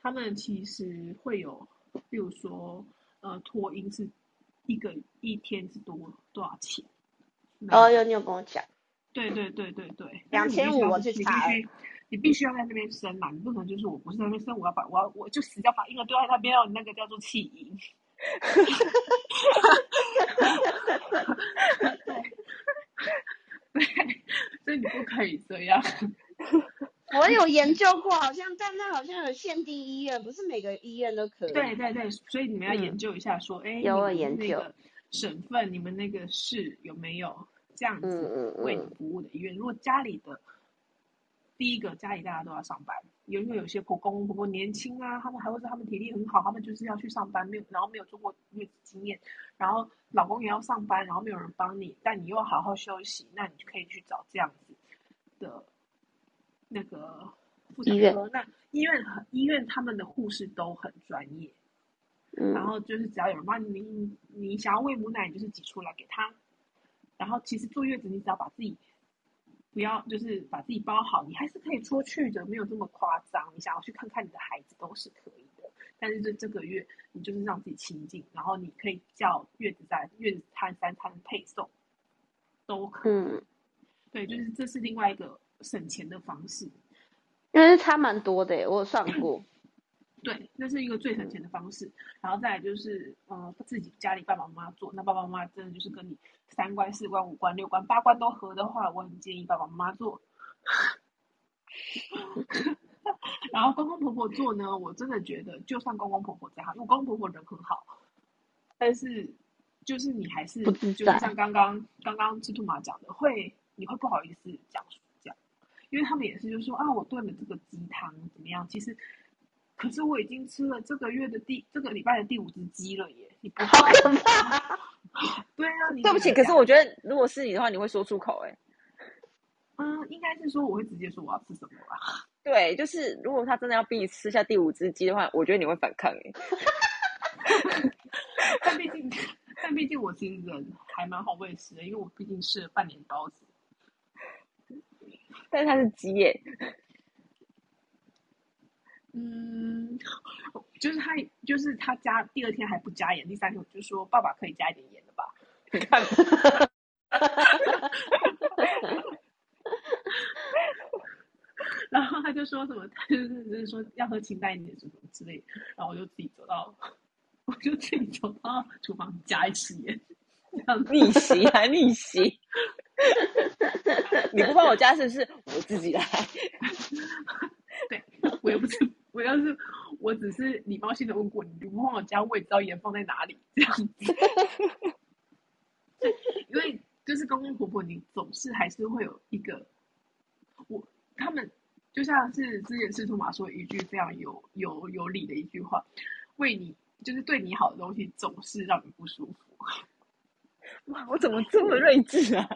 A: 他们其实会有，例如说呃托婴是一个一天是多多少钱？
C: 哦，有你有跟我讲，
A: 对对对对对，但是你
C: 2500我
A: 必
C: 去
A: 须要
C: 查
A: 你必须你必须要在那边生嘛，你不可能就是我不是在那边生，我要把我要我就死要把婴儿丢在那边，哦让你那个叫做弃 婴。对，所以你不可以这样。
C: 我有研究过，好像但那好像有限定医院，不是每个医院都可以。
A: 对对对，所以你们要
B: 嗯
A: 研究一下，说，哎、
C: 有我
A: 你
C: 研
A: 们那
C: 究
A: 个省份，你们那个市有没有这样
C: 嗯
A: 子
C: 嗯
A: 为你
C: 嗯，
A: 服务的医院？如果家里的呃第一个家里大呃家都要上班，有因为有些婆公婆婆年轻啊，他们还会说他们体力很好，他们就是要去上班，没有然后没有做过月子经验，然后老公也要上班，然后没有人帮你，但你又要好好休息，那你就可以去找这样子的那个妇产
C: 医院
A: 科。那医院很医院他们的护士都很专业，
C: 嗯
A: 然后就是只要有人帮你，你你想要喂母奶，你就是挤出来给他。然后其实坐月子，你只要把自己不要就是把自己包好，你还是可以出去的，没有这么夸张。你想要去看看你的孩子都是可以的，但是这这个月你就是让自己清静，然后你可以叫月子餐、月子餐三餐配送都可以。
C: 嗯，
A: 对，就是这是另外一个省钱的方式。
C: 因为差蛮多的耶，我有算过。
A: 对，那是一个最省钱的方式。然后再来就是，呃，自己家里爸爸妈妈做，那爸爸妈妈真的就是跟你三观、四观、五观、六观、八观都合的话，我很建议爸爸妈妈做。 然后公公婆婆做呢，我真的觉得，就算公公婆婆在行，因为公公婆婆人很好，但是就是你还是
C: 不自
A: 就是
C: 在
A: 像刚刚刚刚赤兔马讲的，会你会不好意思讲讲，因为他们也是就说啊，我炖了这个鸡汤怎么样？其实，可是我已经吃了这个月的第这个礼拜的第五只鸡了耶，你不
C: 好
A: 会
C: 可怕！
A: 对啊，你
B: 对不
A: 怎
B: 起，
A: 么
B: 可是
A: 讲
B: 我觉得如果是你的话，你会说出口哎、
A: 嗯，应该是说我会直接说我要吃什么啦。
B: 对，就是如果他真的要逼你吃下第五只鸡的话，我觉得你会反抗哎、
A: 但毕竟， 但毕竟我其实人还蛮好喂食的，因为我毕竟吃了半年包子。
B: 但是它是鸡耶、
A: 嗯，就是他，就是他加第二天还不加盐，第三天我就说爸爸可以加一点盐了吧？
B: 你看，
A: 然后他就说什么，他就是就是说要喝清淡一点什么之类的，然后我就自己走到，我就自己走到厨房加一匙盐，这样子。
B: 逆袭还逆 袭，你不帮我加是不是？我自己来。
A: 对， 我又不是，我要是我只是礼貌性的问过你，你不问我家味道盐放在哪里这样子。 因为就是公公婆婆，你总是还是会有一个，我他们就像是之前司徒马说一句非常有有有理的一句话，为你就是对你好的东西总是让你不舒服。
B: 哇，我怎么这么睿智 啊？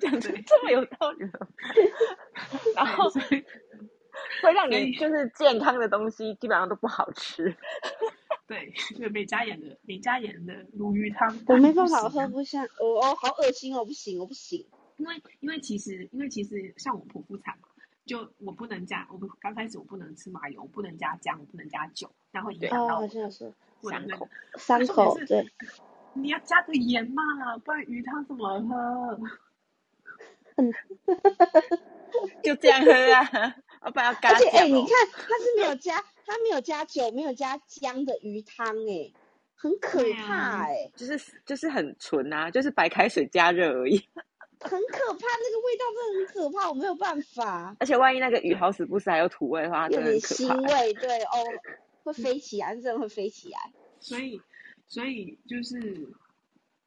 B: 讲出这么有道理的话。然后
A: 对所以
B: 会让
D: 所
B: 你
D: 以
B: 就是健康的东西基本上都不好 吃。
D: 对，就是美加盐的美加盐的鲈鱼汤，
C: 我没办法，
D: 不
C: 我
D: 行啊
C: 喝不下，我我好恶心哦，不行，我不行。
D: 因为因为其实因为其实像我剖腹产嘛，就我不能加，我不刚开始我不能吃麻油，我不能加姜，我不能加酒，那会影
B: 对
D: 响
C: 哦，
D: 到
C: 好
D: 我
C: 像是
D: 我的那
B: 伤口
D: 个。
C: 伤口
D: 重点是
C: 对，
D: 你要加个盐嘛，不然鱼汤怎么喝？
B: 就这样喝啊， 要不然要
C: 而
B: 嘎
C: 且哎、
B: 酱
C: 你
B: 哦。
C: 看它是没有加，它没有加酒，没有加姜的鱼汤哎、很可
D: 对啊
C: 怕哎、
B: 就是就是很纯啊，就是白开水加热而已。
C: 很可怕，那个味道真的很可怕，我没有办法，
B: 而且万一那个鱼好死不死还有土味的话，
C: 有
B: 真的很
C: 点
B: 可
C: 腥
B: 怕。
C: 味，对哦，会飞起来，真的会飞起来。
D: 所以所以就是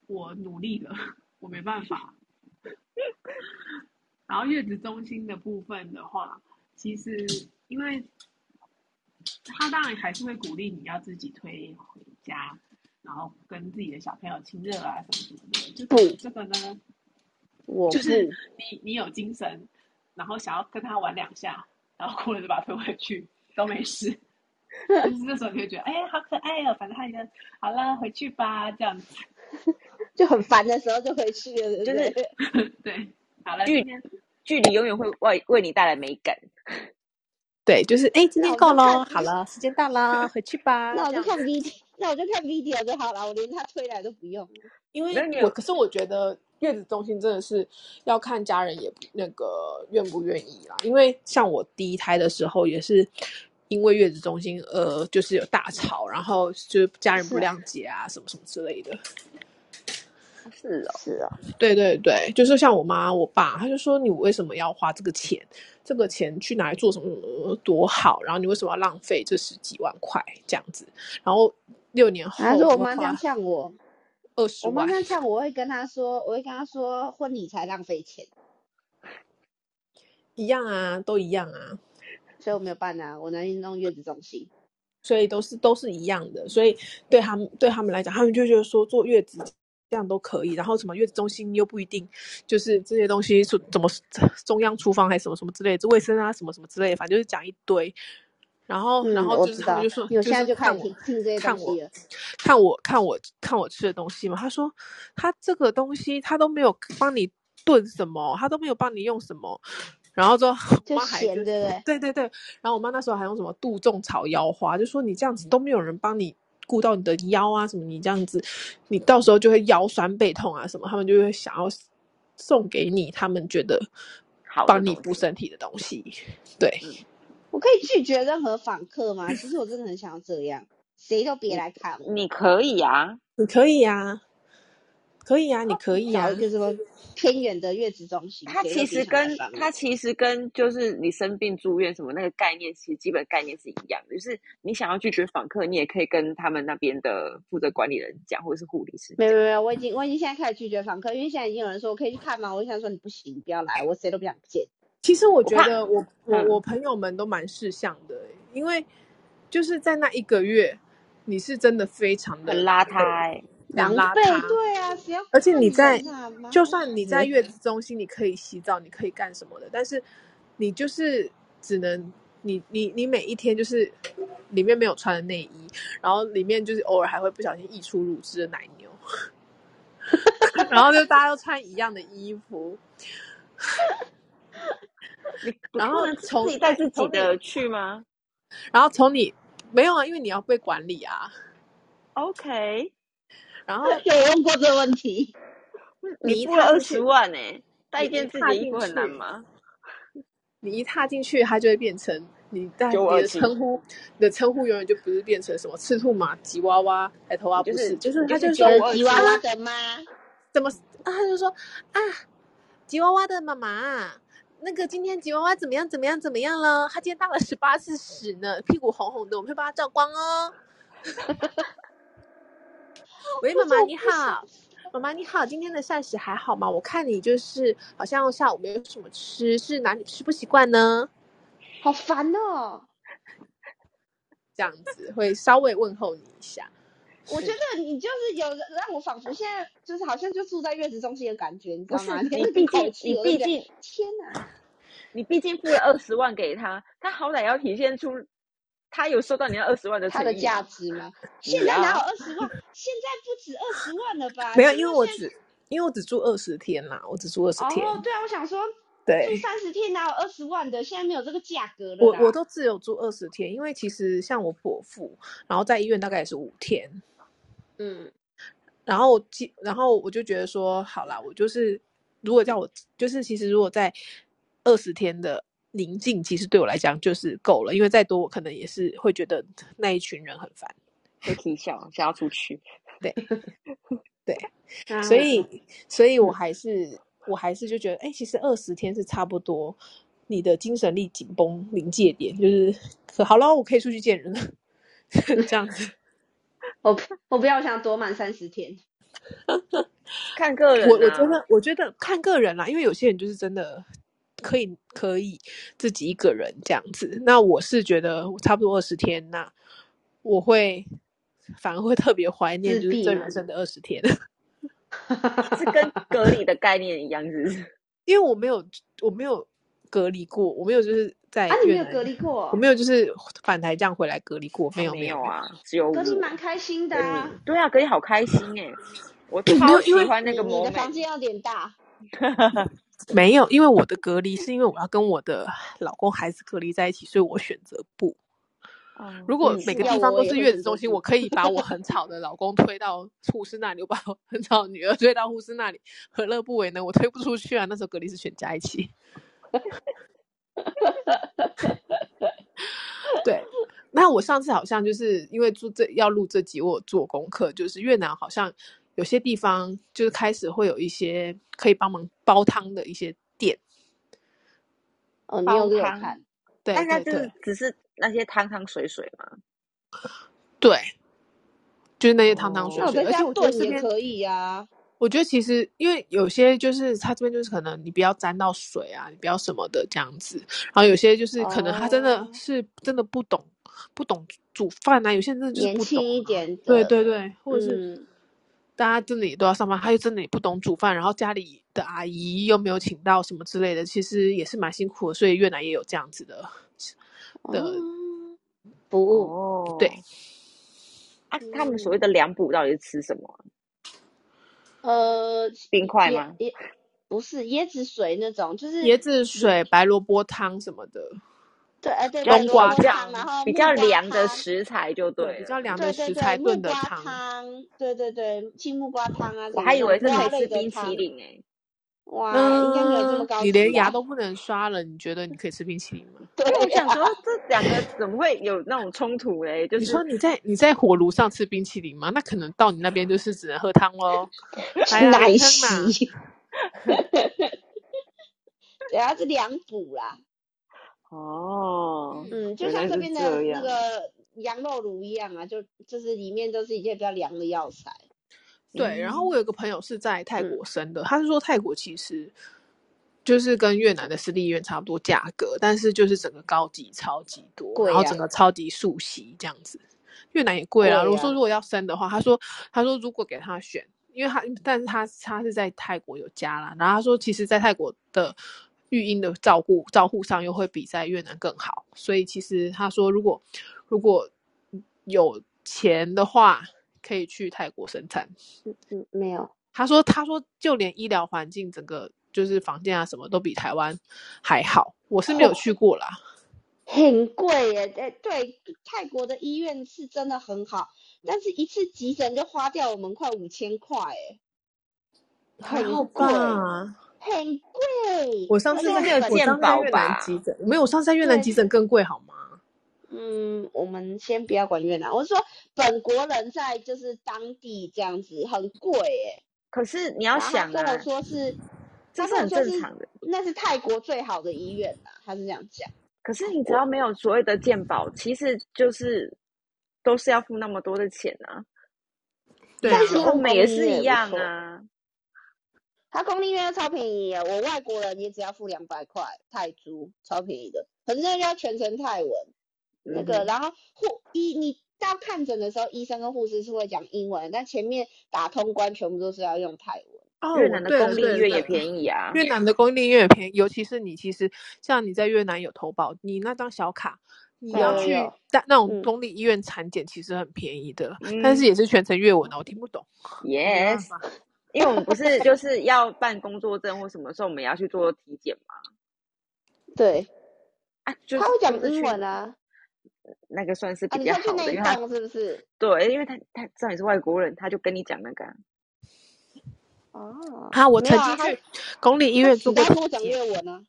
D: 我努力了， 我没办法。 然后月子中心的部分的话，其实因为他当然还是会鼓励你要自己推回家，然后跟自己的小朋友亲热啊什么什么的。就
C: 不
D: 这个呢，
C: 我不
D: 就是
A: 嗯
D: 你你有精神，然后想要跟他玩两下，然后哭了就把他推回去，都没事。就是这时候你会觉得，哎、好可爱哦，反正他已经好了，回去吧，这样子。
C: 就很烦的时候就回去了，
B: 就
C: 对
B: 是
C: 不对？
D: 对，好了，
B: 距
D: 今天
B: 距离永远会为为你带来美感。
A: 对，就是哎，今
C: 那
A: 天
C: 我
A: 够
C: 就看
A: 喽，好了，时间到了，回去吧，
C: 那我
A: 啊这
C: 就
A: 样
C: 看
A: 子。
C: video，那 我就看 video 就好了，我连他推来都不用。
A: 因
B: 没
A: 为
B: 有你
A: 我，
B: 有
A: 可是我觉得月子中心真的是要看家人也不那个愿不愿意啦。因为像我第一胎的时候，也是因为月子中心，呃，就是有大吵，然后就是家人
C: 是
A: 不
C: 啊，
A: 谅解啊，什么什么之类的。
B: 是哦，
C: 是啊，
A: 对对对，就是像我妈我爸，他就说你为什么要花这个钱？这个钱去拿来做什么什么什么多好？然后你为什么要浪费这十几万块这样子？然后六年后
C: 他啊说我
A: 我
C: 妈这样
A: 花
C: 呛我，
A: 二十
C: 我妈
A: 万，
C: 这样呛我，我会跟她说，我会跟她说，婚礼才浪费钱，
A: 一样啊，都一样啊。
C: 所以我没有办啊，我拿去弄月子中心。
A: 所以都是都是一样的，所以对他们对他们来讲，他们就觉得说坐月子这样都可以，然后什么月子中心又不一定，就是这些东西是怎么中央厨房还是什么什么之类的，卫生啊什么什么之类的，反正就是讲一堆。然后哦然
C: 嗯，
A: 后
C: 我
A: 就是
C: 知
A: 他们
C: 道，
A: 就说，
C: 因为我
A: 就
C: 现在
A: 是
C: 就开
A: 看我
C: 始听听这些东
A: 看我
C: 西了。
A: 看我看我看我吃的东西嘛，他说他这个东西他都没有帮你炖什么，他都没有帮你用什么，然后之后我
C: 就
A: 妈还就
C: 咸，对不对？
A: 对对对，然后我妈那时候还用什么杜仲草腰花，就说你这样子都没有人帮你顾到你的腰啊什么，你这样子，你到时候就会腰酸背痛啊什么，他们就会想要送给你他们觉得
B: 好的
A: 帮你
B: 东
A: 补
B: 西，
A: 身体的东西。对，
B: 嗯，
C: 我可以拒绝任何访客吗？其实我真的很想要这样，谁都别
B: 你
C: 来看我。
B: 你可以啊，
A: 你可以呀、啊，可以呀、
C: 哦
A: 啊，你可以呀、
C: 找一
A: 啊。
C: 个什么偏远的月子中心，
B: 它
C: 谁
B: 其
C: 都别
B: 实
C: 想来
B: 跟
C: 帮
B: 它
C: 我。
B: 其实跟就是你生病住院什么那个概念，其实基本概念是一样的。就是你想要拒绝访客，你也可以跟他们那边的负责管理人讲，或者是护理师
C: 没有
B: 讲。
C: 没有没有，我已经我已经现在开始拒绝访客，因为现在已经有人说我可以去看吗？我就想说你不行，你不要来，我谁都不想见。
A: 其实我
B: 我
A: 觉
B: 怕，
A: 得我我我
B: 嗯，
A: 朋友们都蛮识相的欸、因为就是在那一个月，你是真的非常
B: 很
A: 的
B: 邋遢哎、
A: 很
C: 狼
A: 邋
C: 狈，
A: 遢，
C: 对啊，谁要
A: 而且
C: 看
A: 你在
C: 人啊？麻
A: 就 算你在
C: 死！
A: 月子中心，你可以洗澡，你可以干什么的，但是你就是只能你你你每一天就是里面没有穿的内衣，然后里面就是偶尔还会不小心溢出乳汁的奶牛， 然后就大家都穿一样的衣服，
B: 你不
A: 然
B: 不
A: 后
B: 能自
A: 从
B: 己带
A: 对
B: 自己
A: 从你
B: 的去吗
A: 然后从你没有啊，因为你要被管理啊。
B: ？OK，
A: 然后
C: 有问过这个问题？
B: 你
A: 你一
B: 付了
A: 踏
B: 二
A: 进
B: 十
A: 去，
B: 万哎、带
A: 你
B: 一
A: 一
B: 件自己
A: 踏
B: 的衣
A: 进
B: 服很难
A: 去，
B: 吗？
A: 你一踏进去，它就会变成你但
B: 九五
A: 你
B: 二
A: 的
B: 七，
A: 称呼，你的称呼永远就不是变成什么赤兔马、吉娃娃、海头
B: 你
A: 蛙，
B: 就
A: 不
B: 是
A: 是，就是
B: 你就
A: 他
B: 是
A: 就
B: 九
A: 说
B: 五
C: 呃，
B: 二
C: 吉娃
A: 啊，
B: 七，
C: 娃 的妈，
A: 怎么啊？他就说啊，吉娃娃的妈妈，那个今天吉娃娃怎么样怎么样怎么样了？她今天大了十八次屎呢，屁股红红的，我们会帮她照光哦。喂，妈
C: 我
A: 妈
C: 就
A: 你
C: 不想
A: 好，妈妈你好，今天的膳食还好吗？我看你就是好像下午没有什么吃，是哪里吃不习惯呢？
C: 好烦哦！
A: 这样子会稍微问候你一下。
C: 我觉
A: 是，
C: 得你就是有让我仿佛现在就是好像就住在月子中心的感觉，你知
B: 不
C: 道吗？
B: 是
C: 连
B: 你，
C: 那个
B: 毕
C: 口
B: 竟
C: 气
B: 你
C: 我都
B: 毕
C: 觉得
B: 竟
C: 天哪！
B: 你毕竟付了二十万给他，他好歹要体现出他有收到你那二十万的
C: 它
B: 诚
C: 的
B: 意啊、
C: 价值吗？现在哪有二十万？现在不止二十万了吧？
A: 没有，
C: 听
A: 因为
C: 说
A: 我
C: 现
A: 只因为我只住二十天啦，我只住二十天，
C: 哦，对啊，我想说住
A: 对。
C: 三十天哪有二十万的？现在没有这个价格了
A: 我我
C: 啦。
A: 都只有住二十天，因为其实像我伯父，然后在医院大概也是五天，
C: 嗯，
A: 然后我记，然后我就觉得说，好啦，我就是如果叫我，就是其实如果在二十天的宁静，其实对我来讲就是够了，因为再多我可能也是会觉得那一群人很烦，
B: 会踢笑，想要出去。
A: 对对，所
C: 啊，
A: 以所以我
C: 嗯
A: 还是我还是就觉得，哎，其实二十天是差不多，你的精神力紧绷临界点，就是可好了，我可以出去见人了， 这样子。
C: 我不我不要，我想躲满三十天。
B: 看个
A: 我
B: 人
A: 我觉
B: 啊
A: 得，，我觉得看个人啦，因为有些人就是真的可以可以自己一个人这样子。那我是觉得我差不多二十天呐、我会反而会特别怀念，
C: 自
A: 就是
C: 闭啊
A: 这
C: 嘛
A: 人生的二十天，
B: 是跟隔离的概念一样，是不是？
A: 因为我没有我没有隔离过，我没有就是在
C: 啊，你没
A: 越
C: 有
A: 南，
C: 隔离过
A: 我
C: 哦，
A: 没有就是返台这样回来隔离过，哦没有
B: 没
A: 没有
B: 有
A: 没有，
B: 啊，只有
C: 隔离
B: 我
C: 蛮开心的
B: 跟你。
C: 啊。
B: 对啊，隔离好开心哎、我
A: 没
B: 超
A: 有因
B: 喜
A: 为
B: 欢那
C: 你
B: 个
C: 你的房
B: moment。
C: 间有点大，
A: 没有，因为 我的隔离是因为我要跟我的老公孩子隔离在一起，所以我选择不。
B: 哦，
A: 如
C: 我
A: 果
C: 也
A: 每
C: 嗯是，
A: 个
C: 要
A: 地
C: 我
A: 方
C: 我
A: 都
C: 也
A: 是
C: 会
A: 月子
C: 选
A: 中
C: 择
A: 心，我
C: 不。
A: 可以把 我很吵的老公推到护士那里，我把我很吵的女儿推到护士那里，何乐不为呢？我推不出去啊！那时候隔离是全家一起， 对。那我上次好像就是因为做这要录这集，我有做功课，就是越南好像有些地方就是开始会有一些可以帮忙煲汤的一些店，
C: 哦，你
B: 煲
C: 有给我
B: 汤，
C: 看，
A: 对
B: 但它
A: 对
B: 就是
A: 对
B: 只是那些汤汤水水嘛。
A: 对，就是那些汤汤水
C: 那
B: 哦，
C: 我
A: 水。
C: 觉
A: 而
C: 得这
A: 且
C: 样
A: 我觉得
C: 炖
A: 这
C: 也
A: 边
C: 可以啊。
A: 我觉得其实，因为有些就是它这边就是可能你不要沾到水啊，你不要什么的这样子。然后有些就是可能他真的
C: 哦，
A: 是真的不懂，不懂煮饭啊，有些人真的就是
C: 年
A: 不懂
C: 轻一
A: 啊。
C: 点
A: 对
C: 的，
A: 对对，或者是
C: 嗯，
A: 大家真的也都要上班，他又真的也不懂煮饭，然后家里的阿姨又没有请到什么之类的，其实也是蛮辛苦的。所以越南也有这样子的的，
C: 哦，服务，
A: 对，
B: 哦，啊，他们所谓
C: 嗯，
B: 的凉补到底是吃什么啊？
C: 呃，
B: 冰块
C: 椰
B: 吗？
C: 椰不是椰子水那种，就是嗯
A: 椰子
C: 你
A: 水、白萝卜汤什么的，
C: 对，哎对，
B: 就
C: 白
A: 冬
C: 萝
B: 是
A: 瓜
B: 比
C: 卜
B: 较
A: 汤，
C: 汤，然后
B: 比
C: 木
B: 较
C: 瓜
B: 凉的
C: 汤，
B: 食材就
A: 对，
B: 对啊
A: 比较
B: 了。
A: 凉的
C: 对对
A: 食
C: 对，
A: 材
C: 木
A: 炖的
C: 瓜
A: 汤。
C: 汤，对对对，青木瓜汤啊，
B: 我
C: 什
B: 还
C: 么
B: 以
C: 那种
B: 为是可以
C: 瓜
B: 吃
C: 类的
B: 冰淇
C: 汤，
B: 淋欸诶、
C: 哇，啊应该没有这么
A: 嗯，
C: 高
A: 你连
C: 级
A: 牙
C: 啦。
A: 都不能刷了，你觉得你可以吃冰淇淋吗？
B: 因为
C: 对
B: 我想
C: 呀、
B: 说这两个怎么会有那种冲突嘞？就
A: 你
B: 是
A: 说你在你在火炉上吃冰淇淋吗？那可能到你那边就是只能喝汤 喽。来啊，来
C: 奶
A: 汤嘛！
C: 昔， 对啊，是凉补啦。
B: 哦，
C: 嗯，就
B: 原
C: 像
B: 来
C: 这
B: 是
C: 边
B: 这
C: 的那
B: 样。
C: 个羊肉炉一样啊，就就是里面都是一些比较凉的药材。
A: 对，然后我
B: 嗯，
A: 有个朋友是在泰
C: 嗯
A: 国生的，他是说泰国其实就是跟越南的私立医院差不多价格，但是就是整个高级超级多，然
C: 贵
A: 后
C: 呀、
A: 整个超级熟悉这样子。越南也贵啦，
C: 贵
A: 如果
C: 呀、
A: 说如果要生的话，他说他说如果给他选，因为他但是他他是在泰国有家啦，然后他说其实，在泰国的育婴的照顾照护上又会比在越南更好，所以其实他说如果如果有钱的话，可以去泰国生产。
C: 嗯，没有，
A: 他说：“他说就连医疗环境，整个就是房间啊什么都比台湾还好。我是没有
C: 嚯，
A: 去过啦，
C: 很贵耶！对对，泰国的医院是真的很好，但是一次急诊就花掉我们快五千块，哎，
A: 还
C: 很
A: 好
C: 贵，
A: 吧？
C: 很贵。
A: 我上
C: 而且
A: 次
B: 现在
A: 在
B: 没
A: 我
B: 有健
C: 本
A: 上次在
B: 保
A: 越南急
B: 吧？
A: 诊，没有，我上次在越南
C: 对
A: 急诊更贵好吗？
C: 嗯，我们先不要管越南，我是说本国人在就是当地这样子很贵耶。
B: 可是你要
C: 然后他
B: 想
C: 跟我
B: 啊，
C: 说是，
B: 这
C: 他
B: 是
C: 跟我
B: 很
C: 说
B: 正
C: 是
B: 常的。
C: 那是泰国最好的医院啦，他是这样讲，
B: 可是
C: 好
B: 你只要
C: 贵。
B: 没有所谓的健保，其实就是都是要付那么多的钱啊。
A: 对
C: 但
A: 啊，
C: 其实
B: 欧
C: 他们
B: 美
C: 公
B: 也
C: 立医
B: 是
C: 院
B: 一
C: 也不
B: 样
C: 错，
B: 啊。
C: 他公立医院超便宜耶，我外国人也只要付两百块泰铢，超便宜的。可是那就要全程泰文，那
B: 嗯
C: 个，
B: 哼，
C: 然后护医你到看诊的时候，医生跟护士是会讲英文，但前面打通关全部都是要用泰文。
A: 哦，
B: 越
A: 我
B: 南的
A: 对了
B: 公立
A: 对
B: 医
A: 了
B: 院
A: 对
B: 也
A: 了
B: 便宜啊。
A: 越南的公立医院也便宜，尤其是你其实像你在越南有投保，你那张小卡，你
C: 有
A: 要
C: 有
A: 去
B: 哦
C: 有，
A: 大那种
C: 嗯
A: 公立医院产检，其实很便宜的，但是
B: 嗯
A: 也是全程越文啊，我听不懂，没办
B: ，yes，
A: 法。
B: 因为我们不是就是要办工作证或什么时候我们也要去做体检嘛？
C: 对，
B: 啊，就
C: 他会
B: 就
C: 讲
B: 是
C: 英
B: 去
C: 文啊
B: 那个算是
C: 啊！
B: 比
C: 你
B: 较
C: 说去
B: 好
C: 那
B: 的，
C: 一
B: 因为他
C: 栋是不是？
B: 对，因为他他知道你是外国人，他就跟你讲那个啊。
C: 哦，
A: 啊，我
C: 没有
A: 曾
C: 啊，
A: 经
C: 他
A: 去公立医
C: 他
A: 院做
C: 死
A: 过
C: 都要跟我
A: 体
C: 讲
A: 检，
C: 越文啊。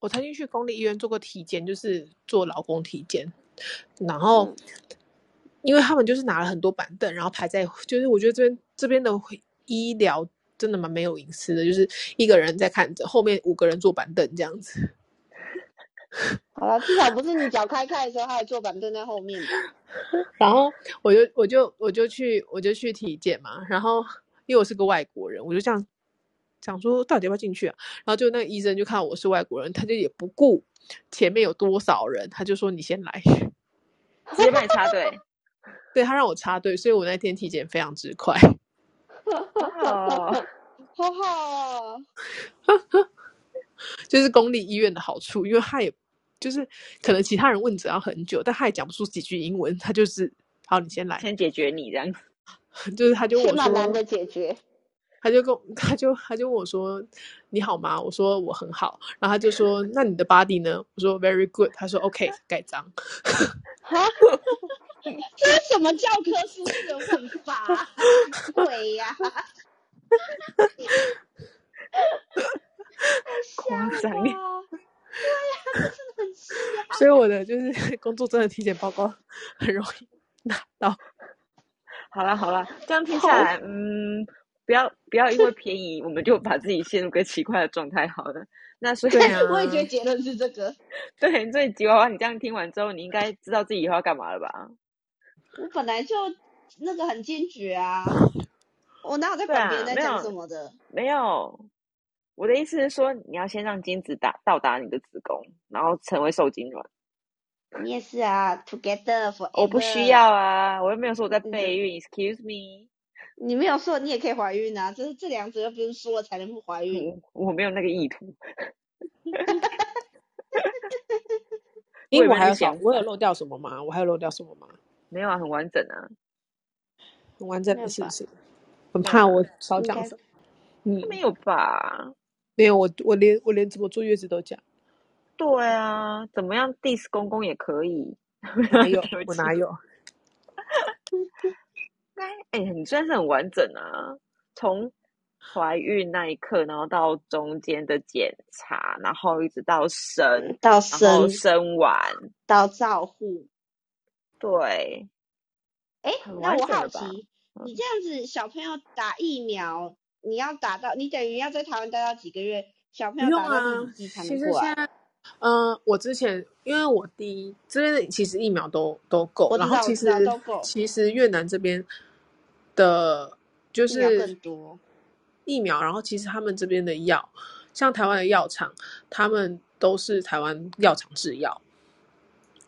A: 我曾经去公立医院做过体检，就是做劳工体检，然后
C: 嗯，
A: 因为他们就是拿了很多板凳，然后排在，就是我觉得这边这边的医疗真的蛮没有隐私的，就是一个人在看着，后面五个人坐板凳这样子。
C: 好了，至少不是你脚开开的时候，他还坐板凳在后面吧？
A: 然后我就我就我就去我就去体检嘛，然后因为我是个外国人，我就这样想说到底要不要进去啊？然后就那个医生就看我是外国人，他就也不顾前面有多少人，他就说你先来，
B: 直接帮你插 队，
A: 对他让我插队，所以我那天体检非常之快。
B: 哇哦，
C: 好好哦，
A: 就是公立医院的好处，因为他也就是可能其他人问诊要很久，但他也讲不出几句英文，他就是好，你先来，
B: 先解决你这样子。
A: 就是他就问
C: 先
A: 我
C: 把难
A: 说，
C: 的解决。
A: 他就跟我他就他就问我说你好吗？我说我很好，然后他就说那你的 body 呢？我说 very good，他说 OK 盖章，
C: 哈，这是什么教科书式的问法啊？鬼 呀、太瞎
B: 夸
C: 了
B: 张耶，
C: 吧！对呀、这真的很瞎。
A: 所以我的就是 工作证的体检报告很容易拿到，
B: 好啦好啦，这样听
C: 好，
B: 下来，嗯，不要不要因为便宜我们就把自己陷入个奇怪的状态好了。那所以
A: 对啊，
C: 我也觉得结论是这个。
B: 对，所以吉娃娃，你这样听完之后，你应该知道自己以后要干嘛了吧？
C: 我本来就那个很坚决啊，我哪有在
B: 对
C: 管别人
B: 啊，
C: 在
B: 没
C: 讲什
B: 有
C: 么的？
B: 没有，我的意思是说，你要先让精子达到达你的子宫，然后成为受精卵。
C: 你也是啊，together
B: 我不需
C: forever。
B: 要啊，我又没有说我在
C: 你的
B: 备孕，excuse me，
C: 你没有说你也可以怀孕啊，这是这两者又不是说了才能不怀孕。
B: 我嗯我没有那个意图，我
A: 英
B: 也
A: 国
B: 没有
A: 还
B: 那个
A: 有少，
B: 想
A: 我有
B: 法，
A: 漏掉什么吗？我还有漏掉什么吗？
B: 没有啊，很完整啊，
A: 很完整
C: 没
A: 的
C: 有
A: 是不
C: 吧？
A: 是？很
B: 对啊，
A: 怕我少
C: 应
A: 讲
C: 该
A: 什么，
B: 他
A: 嗯。
B: 没有吧？
A: 没有，我我连我连怎么坐月子都讲，
B: 对啊，怎么样 diss 公公也可以，
A: 哪有
B: 对不
A: 我
B: 起，
A: 哪有？
B: 该哎、你算是很完整啊，从怀孕那一刻，然后到中间的检查，然后一直到生，
C: 到
B: 然后
C: 生
B: 生完，
C: 到照护。
B: 对，
C: 哎，
B: 很
C: 那
B: 完
C: 我
B: 整
C: 好
B: 了吧？
C: 奇，你
B: 嗯，
C: 这样子小朋友打疫苗，你要打到，你等于要在台湾待到几个月？小朋
A: 不用
C: 友打到第
A: 啊
C: 几，剂才
A: 其
C: 能
A: 实
C: 过
A: 现
C: 来
A: 在
C: 啊？，
A: 嗯、我之前因为我第一这边的其实疫苗都都够，
C: 我
A: 然
C: 知
A: 后
C: 道，我
A: 其
C: 知道，
A: 实
C: 都够，
A: 其实越南这边的就
C: 疫苗
A: 是
C: 更多。
A: 疫苗，然后其实他们这边的药，像台湾的药厂，他们都是台湾药厂制药，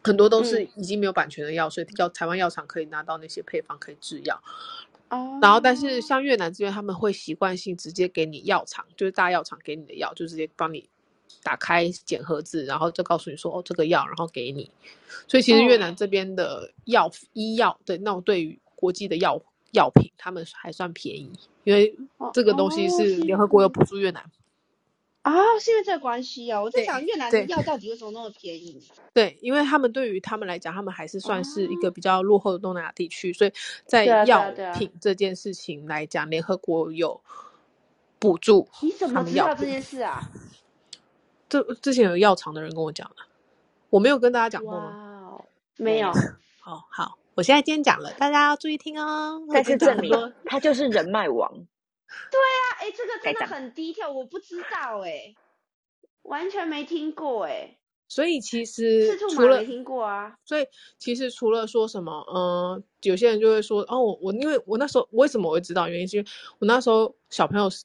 A: 很多都是
C: 嗯，
A: 已经没有版权的药，所以药台湾药厂可以拿到那些配方可以制药。然后，但是
C: 哦，
A: 像越南这边，他们会习惯性直接给你药厂，就是大药厂给你的药，就直接帮你打开检盒子，然后就告诉你说，哦，这个药，然后给你。所以其实越
C: 嗯，
A: 南这边的药医药的那种对于国际的药药品，他们还算便宜，因为
C: 哦
A: 这个东西
C: 哦，
A: 是
C: 是
A: 联
C: 因
A: 合国有
C: 为
A: 补助越南。
C: 啊，是因为这个关系哦。我在
A: 对
C: 想越南
A: 对
C: 的药到底为什么那么便宜？
A: 对，因为他们对于他们来讲，他们还是
C: 啊，
A: 算是一个比较落后的东南亚地区，所以在
C: 对啊，对啊，
A: 药
C: 对啊。
A: 品这件事情来讲，联合国有补助
C: 你怎
A: 他
C: 么
A: 们
C: 知
A: 药
C: 道这
A: 品。
C: 件事啊？
A: 这之前有药厂的人跟我讲的，我没有跟大家讲
C: 哇
A: 过吗？
C: 哦，没
B: 没有，
C: 有，
A: 哦，好，我现在今天讲了，大家要注意听哦。我
B: 再
A: 今天
B: 次
A: 讲了很
B: 证明
A: 多，
B: 他就是人脉王，
C: 啊，哎，这个真
B: 盖
C: 的
B: 章。
C: 很低调，我不知道哎，完全没听过哎，
A: 所以其
C: 赤
A: 实
C: 兔
A: 除
C: 马没
A: 了，
C: 听过啊。
A: 所以其实除了说什么，嗯、有些人就会说，哦，我我因为我那时候为什么我会知道，原因是因为我那时候小朋友是。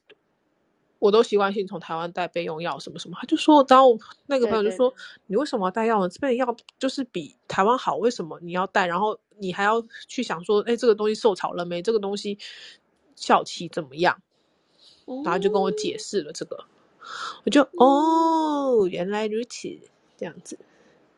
A: 我都习惯性从台湾带备用药什么什么，他就说，然后那个朋友
C: 对
A: 就
C: 对
A: 说，你为什么要带药呢？这边的药就是比台湾好，为什么你要带？然后你还要去想说，哎，这个东西受潮了没？这个东西效期怎么样？
C: 哦
A: 然后就跟我解释了这个，我
C: 嗯
A: 就哦，原来如此，这样子。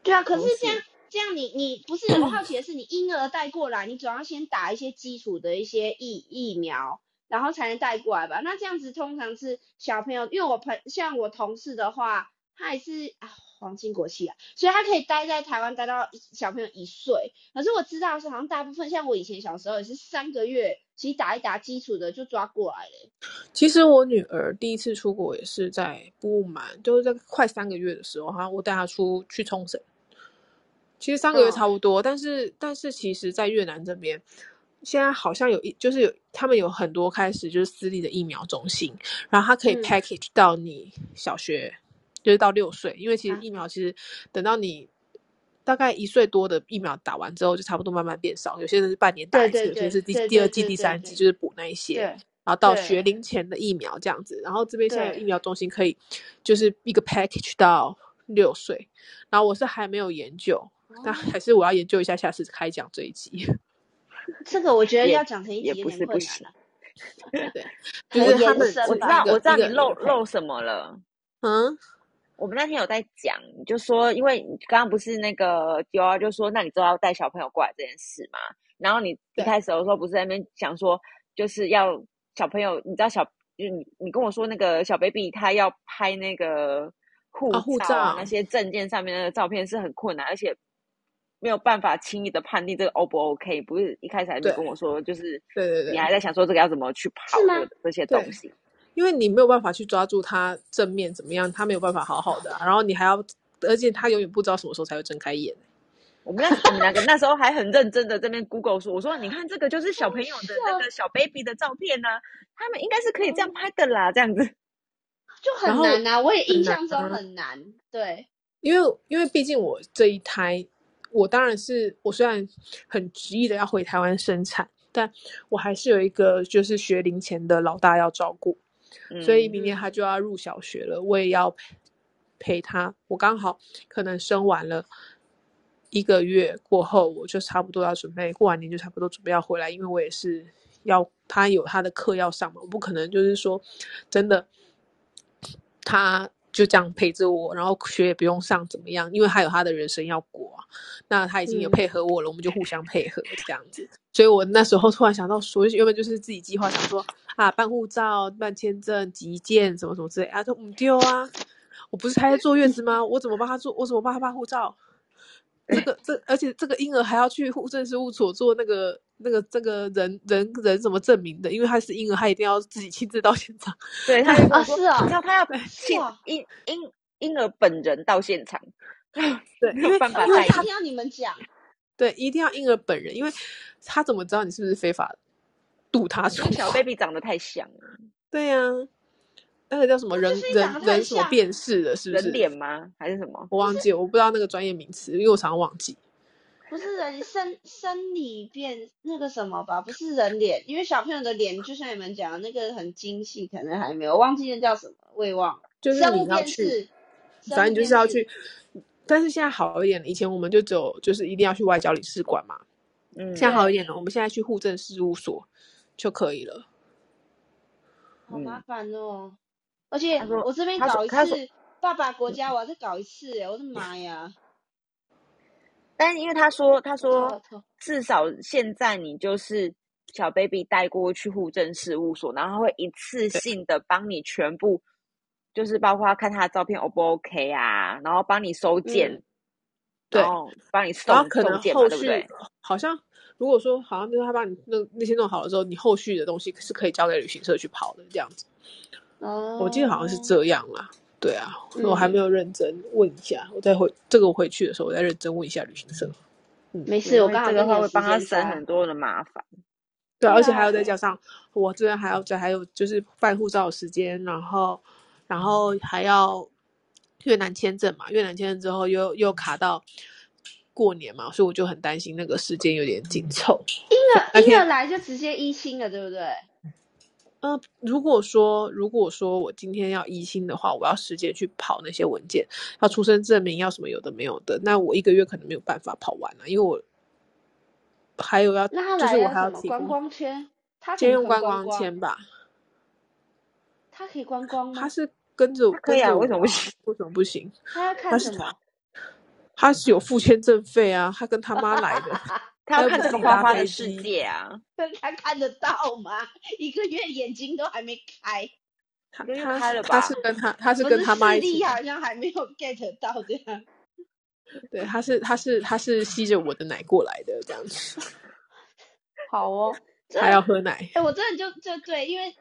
C: 对啊，可是
B: 同
C: 这样这样你你不是我好奇的是，你婴儿带过来，你总要先打一些基础的一些疫疫苗，然后才能带过来吧？那这样子通常是小朋友，因为我朋像我同事的话，他也是啊皇亲国戚啊，所以他可以待在台湾待到小朋友一岁。可是我知道的是，好像大部分像我以前小时候也是三个月，其实打一打基础的就抓过来了。
A: 其实我女儿第一次出国也是在不满，就是在快三个月的时候，哈，我带她出去冲绳。其实三个月
C: 嗯
A: 差不多，但是但是其实，在越南这边，现在好像有一就是有他们有很多开始就是私立的疫苗中心，然后它可以
C: 嗯
A: package 到你小学，就是到六岁，因为其实
C: 啊
A: 疫苗其实等到你大概一岁多的疫苗打完之后，就差不多慢慢变少，有些人是半年打
C: 对
A: 一次，
C: 对
A: 有些
C: 对
A: 是第
C: 对
A: 第二
C: 对
A: 季、
C: 对
A: 第
C: 对
A: 三季
C: 对
A: 就是补那一些，
C: 对
A: 然后到学
C: 对
A: 龄前的疫苗这样子，然后这边现在有疫
C: 对，
A: 苗中心可以就是一个 package 到六岁，然后我是还没有研究，但
C: 哦，
A: 还是我要研究一下下次开讲这一集。
C: 这个我觉得
B: 也
C: 要讲成一
B: 也
C: 集有
B: 不
C: 点
B: 是不
C: 困难啊
B: 行。
C: 了，
A: 对，就
C: 很
A: 是他
C: 延
A: 们
B: 我
C: 伸
A: 是
B: 知
C: 吧。
A: 一
B: 道，
A: 个
B: 我知
A: 一
B: 道你
A: 个一
B: 漏
A: 个 pack，
B: 漏什么了。
A: 嗯，
B: 我们那天有在讲，你就说，因为你刚刚不是那个丢啊，就说那你知道要带小朋友过来这件事嘛？然后你一
A: 对，
B: 开始的时候不是在那边讲说，就是要小朋友，你知道小，就是你你跟我说那个小 baby 他要拍那个
A: 啊，
B: 护
A: 护
B: 照啊，那
A: 照，
B: 些证件上面的照片是很困难，而且没有办法轻易的判定这个 O 不 OK。不是一开始还没
A: 对，
B: 跟我说，就是
A: 对对
B: 你
A: 对
B: 还在想说这个要怎么去
C: 是
B: 跑这
C: 吗？
B: 个这些东
A: 对，
B: 西。
A: 因为你没有办法去抓住他正面怎么样，他没有办法好好的啊、然后你还要，而且他永远不知道什么时候才会睁开眼。
B: 我们那我们两个那时候还很认真的这边 Google 说，我说你看这个就是小朋友的那
C: 笑
B: 个小 baby 的照片呢、他们应该是可以这样
C: 哦，
B: 拍的啦，这样子。
C: 就
A: 然
C: 很
A: 后
C: 难啊！我也
A: 很
C: 印
A: 难
C: 象中
A: 啊，
C: 很难，对，
A: 因为因为毕竟我这一胎，我当然是我虽然很执意的要回台湾生产，但我还是有一个就是学龄前的老大要照顾，所以
B: 嗯
A: 明年他
C: 嗯
A: 就要入小学了，我也要陪陪他。我刚好可能生完了一个月过后，我就差不多要准备过完年就差不多准备要回来，因为我也是要他有他的课要上嘛，我不可能就是说真的他就这样陪着我，然后学也不用上怎么样，因为他有他的人生要过啊。那他已经有
C: 嗯，
A: 配合我了，我们就互相配合这样子。所以我那时候突然想到说，原本就是自己计划想说啊，办护照、办签证、急件什么什么之类啊，说嗯丢啊，我不是还在坐月子吗？我怎么帮他做？我怎么帮他办护照？这个这，而且这个婴儿还要去户政事务所做那个那个这个人人人什么证明的，因为他是婴儿，他一定要自己亲自到现场。
B: 对，他就跟
C: 啊、
B: 我说，
C: 是
B: 你
C: 哦，
B: 知道他要
C: 是
B: 亲
C: 哦，
B: 婴婴婴儿本人到现场，
A: 对，
B: 没
A: 因
B: 有
A: 为
B: 办
C: 哦，
B: 法
A: 因为
C: 他
B: 代
C: 一
A: 他
C: 定要你们讲，
A: 对一定要婴儿本人，因为他怎么知道你是不是非法渡他
B: 因
A: 出
B: 为小
A: 国？
B: baby 长得太像了，
A: 对呀、那个叫什么
C: 他就
A: 人
C: 是
A: 人
C: 长得很
A: 人什么
C: 像，
A: 辨识的，是不
B: 人
A: 是？
B: 脸吗？还是什么？
A: 我
C: 不
A: 忘
C: 是
A: 记了，我不知道那个专业名词，因为我常常忘记。
C: 不是人生生理变那个什么吧，不是人脸，因为小朋友的脸就像你们讲的那个很精细，可能还没有，忘记那叫什么，我也忘了，
A: 就是
C: 生
A: 你
C: 物
A: 要
C: 辨
A: 去，
C: 识，生
A: 反
C: 物
A: 正就是
C: 辨
A: 要
C: 识，
A: 去。但是现在好一点了，以前我们就只有就是一定要去外交领事馆嘛，现在
B: 嗯
A: 好一
C: 对，哦
A: 点了，我们现在去户政事务所就可以了。
C: 好麻
B: 嗯，
C: 烦哦，
B: 他
C: 而且
B: 说
C: 我这边
B: 他说
C: 搞一
B: 他说，
C: 次爸爸国家，我要再搞一次耶，我的 妈呀，
B: 但是因为他说他
C: 头
B: 说
C: 好痛，
B: 至少现在你就是小 baby 带过去户政事务所，然后他会一次
A: 对
B: 性的帮你全部，就是包括看他的照片 O 不 OK 啊，然后帮你收件，
C: 嗯
A: 对，
B: 然后帮你
A: 然后
B: 送
A: 可
B: 送
A: 能
B: 件嘛，
A: 后
B: 对不
A: 续
B: 对？
A: 好像如果说好像就是他把你弄那些弄好了之后，你后续的东西是可以交给旅行社去跑的这样子。我记得好像是
C: 哦，
A: 这样啦。对啊，我还没
C: 嗯，
A: 有认真问一下，我再回这个我回去的时候，我再认真问一下旅行社。嗯，
C: 没
B: 对，
C: 事，
B: 因
C: 我
B: 为
C: 刚好
B: 这个
C: 跟你
B: 话
C: 有
B: 会
C: 时
B: 帮他
C: 间
B: 省
C: 差。
B: 很多的麻烦。
A: 对啊，
C: 对
A: 而且还
C: 啊，
A: 要再加上我这边还要再还有就是办护照的时间，然后然后还要越南签证嘛，越南签证之后又又卡到过年嘛，所以我就很担心那个时间有点紧凑，
C: 婴
A: 所以
C: 儿
A: 那
C: 婴儿
A: 天
C: 来就直接一星了，对不对？
A: 呃，如果说如果说我今天要移新的话，我要时间去跑那些文件，要出生证明，要什么有的没有的，那我一个月可能没有办法跑完了、啊因为我还有要
C: 那他
A: 就是
C: 来
A: 我
C: 要
A: 还
C: 什
A: 要
C: 么
A: 提
C: 观
A: 供
C: 光圈？他怎
A: 先
C: 么
A: 用
C: 可能
A: 观
C: 观
A: 光
C: 光？
A: 签吧，
C: 他可以观光
A: 他
C: 吗？
A: 是跟着
B: 可以
A: 跟
B: 啊，
A: 着我
B: 为什么不行？
A: 为什么不行？
C: 他要看
A: 他是
C: 什么？
A: 他是有付签证费啊，他跟他妈来 的，
B: 他
A: 他
B: 要
A: 又
B: 看
A: 不
B: 这
A: 是自
B: 个
A: 己
B: 花
A: 搭
B: 花
A: 飞
B: 的世
A: 机，
B: 界啊，
C: 他看得到吗？一个月眼睛都还没开，
A: 他
B: 一个月
A: 他
B: 开了
A: 他
B: 吧？
A: 是跟他他是
C: 不
A: 跟
C: 是
A: 他妈
C: 视
A: 一起
C: 力
A: 来，
C: 好像还没有 get 到这样。
A: 对，他是他是他是吸着我的奶过来的，这样 子，
B: 好 哦，
C: 这
A: 他要喝奶，
C: 哎、我真的就就对，因为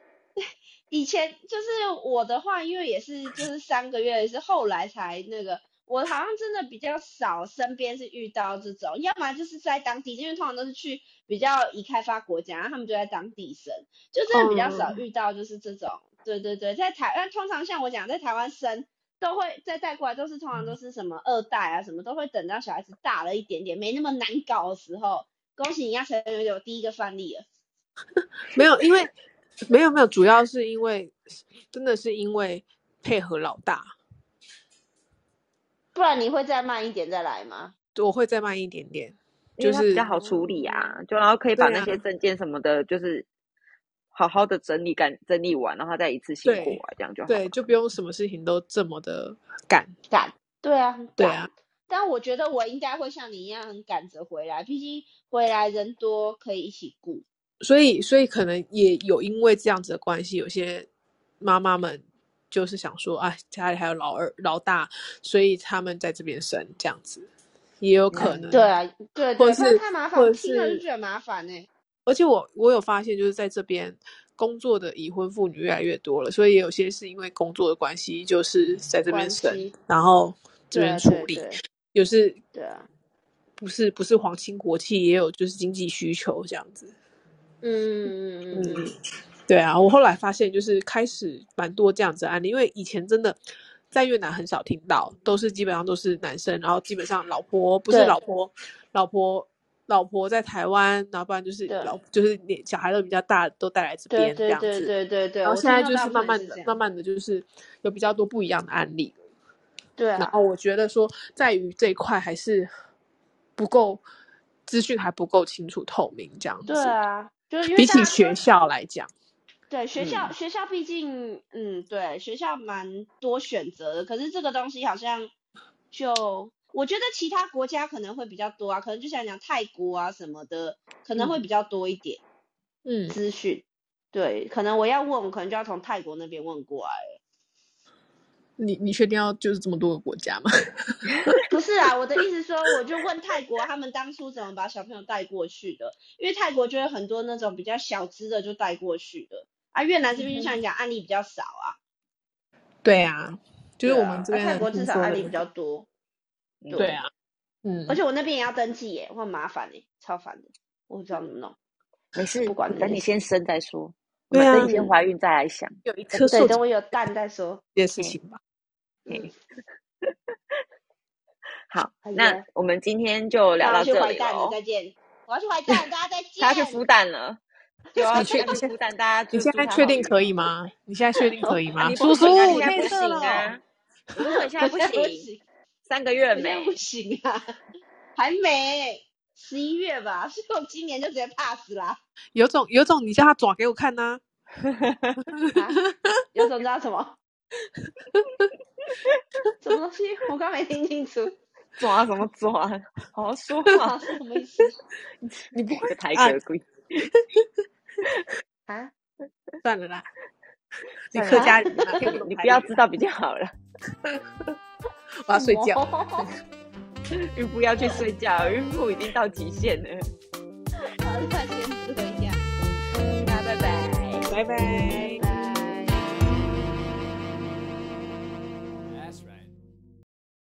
C: 以前就是我的话，因为也是就是三个月，是后来才那个，我好像真的比较少身边是遇到这种，要么就是在当地，因为通常都是去比较已开发国家，然后他们就在当地生，就真的比较少
A: 嗯，
C: 遇到就是这种，对对对，在台，但通常像我讲，在台湾生。都会再带过来，都是通常都是什么二代啊，什么都会等到小孩子大了一点点，没那么难搞的时候，恭喜你要成为有第一个范例了。
A: 没有，因为没有没有，主要是因为真的是因为配合老大，
C: 不然你会再慢一点再来吗？
A: 我会再慢一点点，
B: 因为
A: 就
B: 他比
A: 是
B: 较好处理
C: 哦，
B: 啊，就然后可以把
A: 对
B: 那
A: 啊，
B: 些证件什么的，就是好好的整理干整理完，然后他再一次性过啊
A: 对
B: 来，这
C: 嗯
B: 样就好
A: 对，
B: 了。嗯
A: 就不用什么事情都这么的赶，
C: 赶，对啊，很
A: 对
C: 赶。
A: 啊，
C: 但我觉得我应该会像你一样很赶着回来，毕竟回来人多，可以一起顾。
A: 所以，所以可能也有因为这样子的关系，有些妈妈们就是想说，哎，家里还有老二、老大，所以他们在这边生这样子，也有可
B: 嗯，
C: 对
A: 能，
C: 啊，
A: 或者
C: 对对，不然
A: 是，
C: 太麻烦，
A: 或
C: 我
A: 者，
C: 听了就是觉得麻烦欸呢、
A: 而且我我有发现，就是在这边工作的已婚妇女越来越多了，所以也有些是因为工作的关系，就是在这边
C: 关
A: 生，
C: 系，
A: 然后这
C: 对
A: 边
C: 啊，
A: 处
C: 对
A: 理，
C: 对
A: 有是
C: 对啊，
A: 不是不是皇亲国戚，也有就是经济需求这样子，
C: 嗯嗯嗯
A: 嗯。
C: 嗯，
A: 对啊，我后来发现就是开始蛮多这样子的案例，因为以前真的在越南很少听到，都是基本上都是男生，然后基本上老婆不是老
C: 对
A: 婆，老婆老婆在台湾，然后不然就是
C: 对
A: 老就是你小孩都比较大，都带来这
C: 对
A: 边这
C: 对
A: 样
C: 对
A: 子，
C: 对对对，
A: 然后
C: 我
A: 现
C: 听
A: 在
C: 到
A: 就
C: 大
A: 是
C: 部
A: 慢
C: 分
A: 慢
C: 也是
A: 的、
C: 这样。
A: 慢慢的就是有比较多不一样的案例，
C: 对
A: 然
C: 啊，
A: 后我觉得说在于这一块还是不够资讯还不够清楚透明这样
C: 对
A: 子，
C: 啊，就是因为
A: 比起
C: 大家都
A: 学校来讲，
C: 对，学校
B: 嗯，
C: 学校毕竟，嗯，对，学校蛮多选择的，可是这个东西好像就，我觉得其他国家可能会比较多啊，可能就像讲泰国啊什么的，可能会
A: 嗯
C: 比较多一点
A: 嗯。
C: 资讯。对，可能我要问，我可能就要从泰国那边问过来。
A: 你你确定要就是这么多个国家吗？
C: 不是啊，我的意思说，我就问泰国他们当初怎么把小朋友带过去的，因为泰国就有很多那种比较小资的就带过去的啊，越南这边就像你讲案例比较少啊，
A: 对啊，就是
C: 对
A: 我们
C: 啊，
A: 这
C: 啊
A: 边
C: 泰
A: 能
C: 国至
A: 听
C: 少
A: 说
C: 案
A: 的
C: 例
A: 那
C: 比
A: 种。
C: 较多。
A: 对
C: 对，
B: 嗯，
A: 啊，嗯，
C: 而且我那边也要登记耶，我很麻烦耶，超烦的，我不知道怎么弄，
B: 没事，
C: 不管那
B: 等
C: 件
B: 你
C: 事。
B: 先生再说，我
A: 对
B: 们等
A: 啊，
B: 你先
C: 嗯，
B: 怀孕再来想。
A: 有一
B: 我
A: 颗受
C: 对，等
A: 精
C: 我有蛋再说。
A: 这件事
B: 嘿，
A: 情吧。
B: 嘿，
C: 嗯，
B: 好，
C: 哎
B: 那
C: 呀，
B: 我们今天就聊
C: 那我
B: 到
C: 去
B: 这
C: 怀
B: 里
C: 蛋了，
B: 喽。
C: 再见。我要去怀蛋了，大家再
B: 他要去孵
C: 见。
B: 蛋了，九要
A: 你确
B: 他
A: 你
B: 去
A: 现
B: 孵蛋，大家
A: 你
B: 就
A: 现
B: 祝
A: 在
B: 他
A: 确
B: 好
A: 定
B: 运
A: 可以
B: 哦。
A: 吗？你现在确定可以
B: 啊，
A: 吗？
B: 你不
A: 叔
B: 行啊，你
A: 叔
B: 现在
A: 内
B: 不
A: 射
B: 行
A: 了，
B: 啊！我就说你现在
C: 我
B: 不
C: 现在不
B: 行，
C: 行，
B: 三个月
C: 我现在不
B: 没。
C: 行啊，还没十一月吧，所以我今年就直接 pass 啦。
A: 有种有种，你叫他爪给我看呐、
C: 啊，有种知道什么？什么东西？我刚没听清楚，
B: 抓什么抓？好好说话，
C: 爪是什么意思
A: 你不会
B: 你个台
A: 啊？
B: 格鬼！
C: 啊？
A: 算了啦，你
B: 算了
A: 客
B: 啦，
A: 家
C: 啊？
A: 人啊，听不
B: 你
A: 懂
B: 你
A: 台
B: 不要
A: 语
B: 知
A: 啦，
B: 道比较好了。
A: 我要
C: 什
A: 睡
C: 么？
A: 觉了。
B: 孕妇要去睡觉，孕妇已经到极限了。
C: 好，那先这样。
B: 大家拜拜。
A: 拜拜。